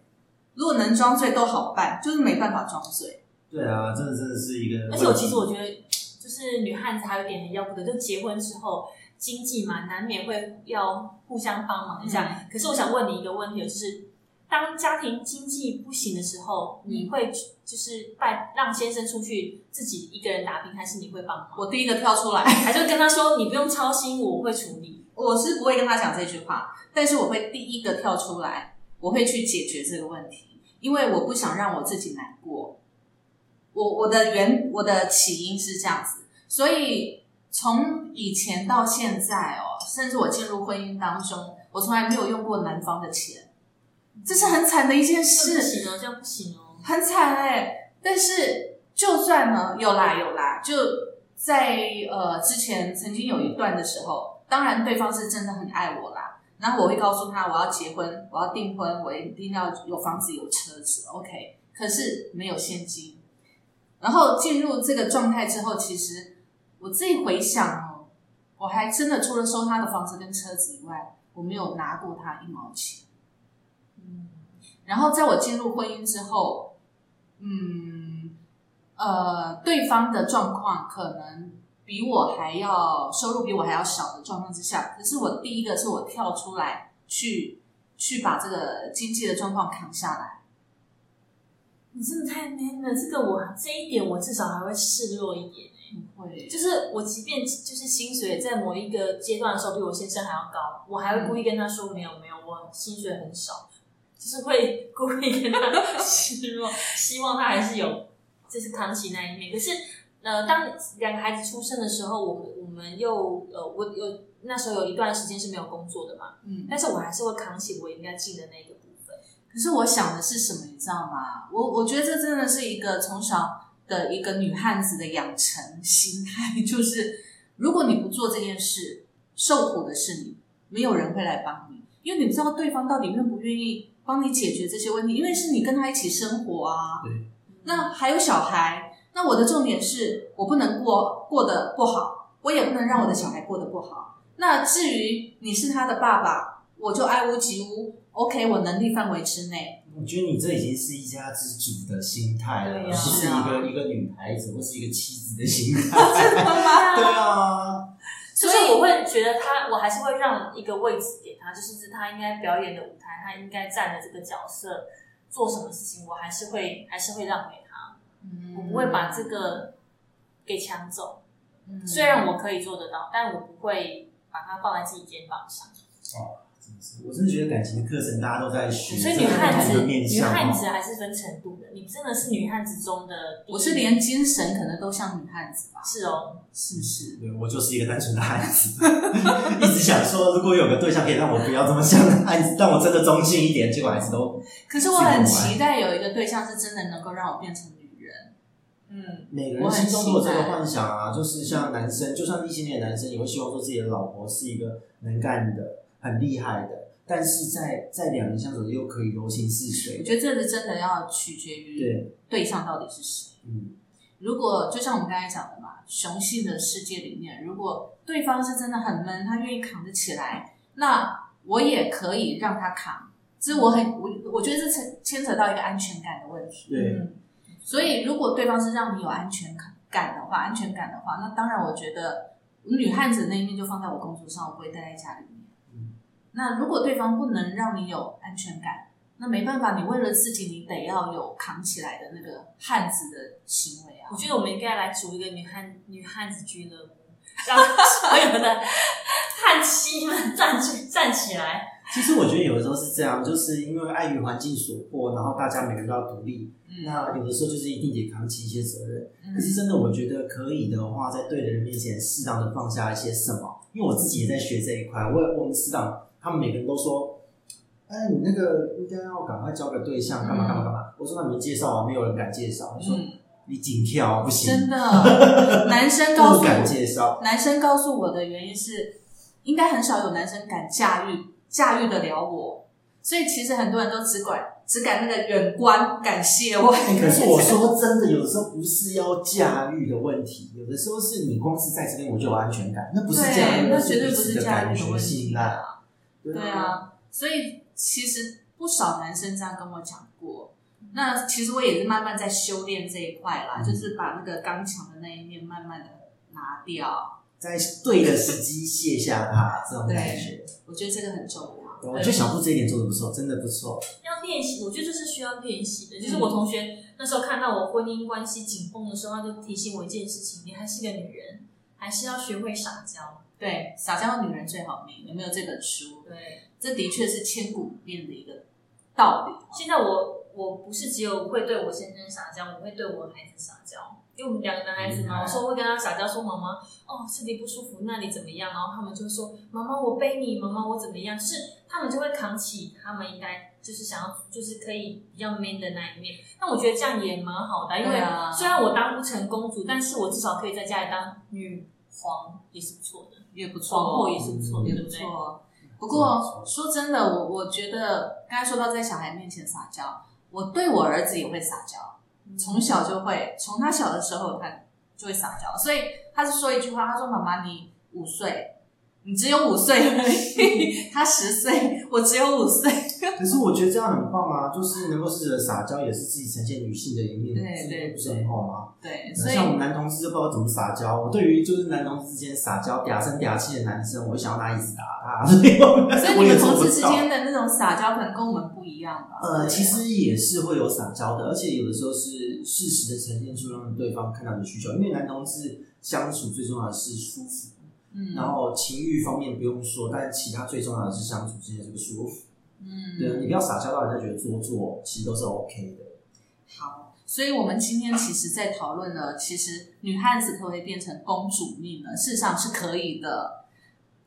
Speaker 1: 如果能装醉都好办，就是没办法装醉。
Speaker 2: 对啊，真的真的是一个问题。
Speaker 4: 而且我其实我觉得，就是女汉子还有一点很要不得，就结婚之后经济嘛，难免会要互相帮忙一下。可是我想问你一个问题，就是当家庭经济不行的时候，
Speaker 1: 嗯
Speaker 4: 你会就是拜让先生出去自己一个人打拼，还是你会帮忙，
Speaker 1: 我第一个跳出来。
Speaker 4: 还是会跟他说你不用操心，我会处理？
Speaker 1: 我是不会跟他讲这句话，但是我会第一个跳出来，我会去解决这个问题，因为我不想让我自己难过。我我的原我的起因是这样子，所以从以前到现在哦，甚至我进入婚姻当中，我从来没有用过男方的钱，这是很惨的一件
Speaker 4: 这样
Speaker 1: 事。
Speaker 4: 不行哦，这样不行哦。
Speaker 1: 很惨哎、但是就算呢，有啦有啦，就在呃之前曾经有一段的时候，当然对方是真的很爱我啦。然后我会告诉他我要结婚，我要订婚，我一定要有房子有车子，OK。可是没有现金。然后进入这个状态之后，其实我自己回想哦，我还真的除了收他的房子跟车子以外，我没有拿过他一毛钱。然后在我进入婚姻之后，嗯，呃，对方的状况可能比我还要收入比我还要少的状况之下，可是我第一个是我跳出来去去把这个经济的状况扛下来。
Speaker 4: 你真的太 man 了，这个我这一点我至少还会示弱一点。
Speaker 1: 不会，
Speaker 4: 就是我，即便就是薪水在某一个阶段的时候比我先生还要高，我还会故意跟他说没有没有，我薪水很少，就是会故意跟他示弱，希望他还是有就是扛起那一面。可是呃，当两个孩子出生的时候，我们我们又呃，我有那时候有一段时间是没有工作的嘛，
Speaker 1: 嗯，
Speaker 4: 但是我还是会扛起我应该尽的那个部分。
Speaker 1: 可是我想的是什么，你知道吗？我我觉得这真的是一个从小的一个女汉子的养成心态，就是如果你不做这件事，受苦的是你，没有人会来帮你，因为你不知道对方到底愿不愿意帮你解决这些问题，因为是你跟他一起生活啊。
Speaker 2: 对。
Speaker 1: 那还有小孩，那我的重点是我不能过过得不好，我也不能让我的小孩过得不好。那至于你是他的爸爸，我就爱屋及乌，OK，我能力范围之内。
Speaker 2: 我觉得你这已经是一家之主的心态了，
Speaker 4: 对
Speaker 2: 而
Speaker 4: 啊
Speaker 2: 不是
Speaker 1: 是
Speaker 2: 一
Speaker 1: 啊
Speaker 2: 个一个女孩子或是一个妻子的
Speaker 4: *laughs*
Speaker 2: 心态。 *laughs* 对啊，
Speaker 4: 所以我会觉得他，我还是会让一个位置给他，就是他应该表演的舞台，他应该站的这个角色，做什么事情，我还是会还是会让给他，
Speaker 1: 嗯
Speaker 4: 我不会把这，个给抢走。
Speaker 1: 嗯
Speaker 4: 虽然我可以做得到，但我不会把它放在自己肩膀上。
Speaker 2: 真的是我真的觉得感情的课程大家都在学，
Speaker 4: 所以
Speaker 2: 这
Speaker 4: 女
Speaker 2: 个
Speaker 4: 汉
Speaker 2: 不同
Speaker 4: 子，
Speaker 2: 的面
Speaker 4: 女
Speaker 2: 向
Speaker 4: 汉子
Speaker 2: 哦。
Speaker 4: 还是分程度的。你真的是女汉子中的第一，
Speaker 1: 我是连精神可能都像女汉子吧，
Speaker 4: 是哦，
Speaker 1: 是不是？
Speaker 2: 对，我就是一个单纯的汉子， *laughs* 一直想说，如果有个对象可以让我不要这么像的汉子，让我真的中性一点，结果还是都
Speaker 1: 可是我很期待有一个对象是真的能够让我变成女人。
Speaker 4: 嗯，
Speaker 2: 每个人心中都有这个幻想啊，就是像男生，就算异性恋的男生，也会希望说自己的老婆是一个能干的、很厉害的，但是在在两人相处又可以柔情似水
Speaker 1: 我。觉得这个真的要取决于
Speaker 2: 对，
Speaker 1: 对象到底是谁。
Speaker 2: 嗯，
Speaker 1: 如果就像我们刚才讲的嘛，雄性的世界里面，如果对方是真的很闷，他愿意扛得起来，那我也可以让他扛。这我很我我觉得这牵牵扯到一个安全感的问题。
Speaker 2: 对，
Speaker 4: 嗯
Speaker 1: 所以，如果对方是让你有安全感的话，安全感的话，那当然，我觉得女汉子那一面就放在我工作上，我不会待在家里面。
Speaker 2: 嗯
Speaker 1: 那如果对方不能让你有安全感，那没办法，你为了自己，你得要有扛起来的那个汉子的行为啊。
Speaker 4: 我觉得我们应该来组一个女汉女汉子俱乐部，让所有的汉妻们站起站起来。
Speaker 2: 其实我觉得有的时候是这样，就是因为碍于环境所迫，然后大家每个人都要独立，
Speaker 1: 嗯
Speaker 2: 那有的时候就是一定得扛起一些责任。
Speaker 1: 嗯
Speaker 2: 可是真的，我觉得可以的话，在对的人面前适当的放下一些什么，因为我自己也在学这一块。我我们师长他们每个人都说，啊，哎，你那个应该要赶快交个对象，干嘛干嘛干嘛？我说那你们介绍啊，没有人敢介绍。他说
Speaker 1: 嗯，
Speaker 2: 你紧跳不行，
Speaker 1: 真的，男生告诉
Speaker 2: 不敢
Speaker 1: 我，
Speaker 2: 介绍。
Speaker 1: 男生告诉我的原因是，应该很少有男生敢驾驭驾驭得了我，所以其实很多人都只管只敢那个远观，感谢我。
Speaker 2: 哎可是我说真的，有的时候不是要驾驭的问题，有的时候是你光是在这边我就有安全感，那不是驾驭，
Speaker 1: 对，那绝对
Speaker 2: 彼
Speaker 1: 不
Speaker 2: 此
Speaker 1: 是
Speaker 2: 的
Speaker 1: 驾
Speaker 2: 感
Speaker 1: 驭的
Speaker 2: 觉
Speaker 1: 问题
Speaker 2: 信赖。
Speaker 1: 啊。对，啊，所以其实不少男生这样跟我讲过。那其实我也是慢慢在修炼这一块啦，
Speaker 2: 嗯
Speaker 1: 就是把那个刚强的那一面慢慢的拿掉。
Speaker 2: 在对的时机卸下它，这种感觉。
Speaker 1: 我觉得这个很重要。
Speaker 2: 我觉得小布这一点做的不错，真的不错。
Speaker 4: 要练习，我觉得这是需要练习
Speaker 1: 嗯
Speaker 4: 的。就是我同学那时候看到我婚姻关系紧绷的时候，他就提醒我一件事情：你还是个女人，还是要学会撒娇。
Speaker 1: 对，撒娇的女人最好命，有没有这本书？
Speaker 4: 对，
Speaker 1: 这的确是千古不变的一个道理。
Speaker 4: 现在我我不是只有会对我先生撒娇，我会对我孩子撒娇。因为我们两个男孩子
Speaker 2: 嗯
Speaker 4: 嘛，我说我会跟他撒娇，说妈妈，哦，这里不舒服，那里怎么样？然后他们就说妈妈，我背你，妈妈我怎么样？就是他们就会扛起他们应该就是想要就是可以比较 man 的那一面。那我觉得这样也蛮好的，因
Speaker 1: 对
Speaker 4: 为
Speaker 1: 啊
Speaker 4: 虽然我当不成公主，但是我至少可以在家里当女皇，也是不错的，
Speaker 1: 也不错
Speaker 4: 皇后
Speaker 1: 哦，
Speaker 4: 也是不错的，
Speaker 1: 也
Speaker 4: 对
Speaker 1: 不
Speaker 4: 不对？
Speaker 2: 哦
Speaker 1: 错。不过说真的，我我觉得刚才说到在小孩面前撒娇，我对我儿子也会撒娇。
Speaker 2: 嗯
Speaker 1: 从小就会，从他小的时候他就会撒娇，所以他是说一句话，他说：“妈妈，你五岁，你只有五岁而
Speaker 2: *laughs*
Speaker 1: 已，他十岁，我只有五岁。
Speaker 2: 可是我觉得这样很棒啊，就是能够试着撒娇，也是自己呈现女性的一面，
Speaker 1: 对
Speaker 2: 这
Speaker 1: 对
Speaker 2: 不是很好吗？”
Speaker 1: 对，所以
Speaker 2: 像我们男同事就不知道怎么撒娇。我对于就是男同事之间撒娇嗲声嗲气的男生，我就想要拿椅子打他。 *laughs* 所以
Speaker 1: 所以
Speaker 2: 我
Speaker 1: 你
Speaker 2: 也
Speaker 1: 们
Speaker 2: 做
Speaker 1: 同
Speaker 2: 不
Speaker 1: 事之
Speaker 2: 到
Speaker 1: 间的那种撒娇，可能跟我们不一样吧？
Speaker 2: 呃，其实也是会有撒娇的，而且有的时候是适时的呈现出让对方看到你的需求，因为男同志相处最重要的是舒服，
Speaker 1: 嗯，
Speaker 2: 然后情欲方面不用说，但其他最重要的是相处之间这个舒服。
Speaker 1: 嗯，
Speaker 2: 对啊，你不要撒娇到人家觉得做作，其实都是 OK 的。
Speaker 1: 好，所以我们今天其实，在讨论了，其实女汉子可不可以变成公主命呢？事实上是可以的，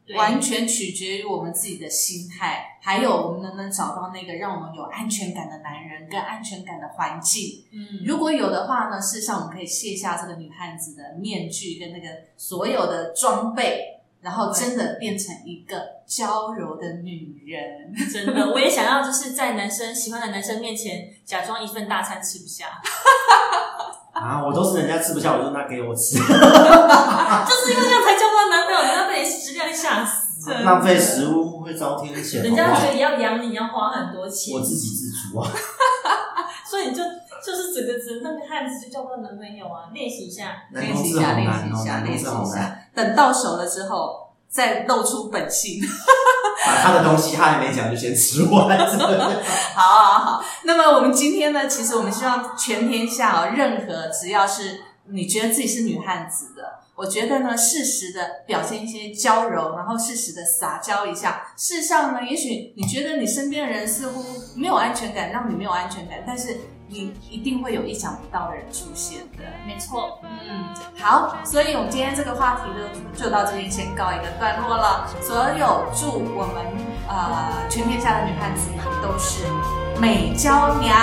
Speaker 4: 对
Speaker 1: 完全取决于我们自己的心态，还有我们能不能找到那个让我们有安全感的男人跟安全感的环境。
Speaker 4: 嗯，
Speaker 1: 如果有的话呢，事实上我们可以卸下这个女汉子的面具跟那个所有的装备，然后真的变成一个娇柔的女人。
Speaker 4: 真的，我也想要，就是在男生喜欢的男生面前，假装一份大餐吃不下，
Speaker 2: 啊，我都是人家吃不下，我就那给我吃，
Speaker 4: 就是因为这样才交不到男朋友，人家被你食量吓死。
Speaker 2: 浪费食物会遭天谴，
Speaker 4: 人
Speaker 2: 好
Speaker 4: 家
Speaker 2: 不好
Speaker 4: 觉得要养你要花很多钱
Speaker 2: 我，自给自足啊。
Speaker 4: 所以你就就是整个整个汉子就交不到男朋友啊！练习一下，
Speaker 2: 男
Speaker 1: 练
Speaker 2: 同
Speaker 1: 习一
Speaker 2: 志
Speaker 1: 下，
Speaker 2: 好
Speaker 1: 练
Speaker 2: 难
Speaker 1: 习
Speaker 2: 哦，
Speaker 1: 一下，
Speaker 2: 男
Speaker 1: 练习
Speaker 2: 同志好
Speaker 1: 一
Speaker 2: 难。
Speaker 1: 下，等到手了之后再露出本性。 *laughs*
Speaker 2: 把他的东西他还没讲就先吃完，真的
Speaker 1: 好好好，那么我们今天呢，其实我们希望全天下哦，任何只要是你觉得自己是女汉子的，我觉得呢，适时的表现一些娇柔，然后适时的撒娇一下。事实上呢，也许你觉得你身边的人似乎没有安全感，让你没有安全感，但是你一定会有意想不到的人出现的。
Speaker 4: 没错。
Speaker 1: 嗯，好，所以我们今天这个话题呢，就到这边先告一个段落了。所有祝我们呃全天下的女汉子都是美娇娘，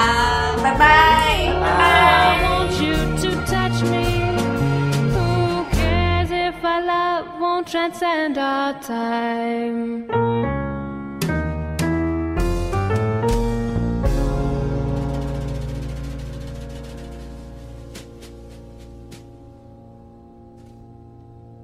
Speaker 1: 拜拜，拜拜
Speaker 3: I want you to touch me. Who cares if our love won't transcend our time?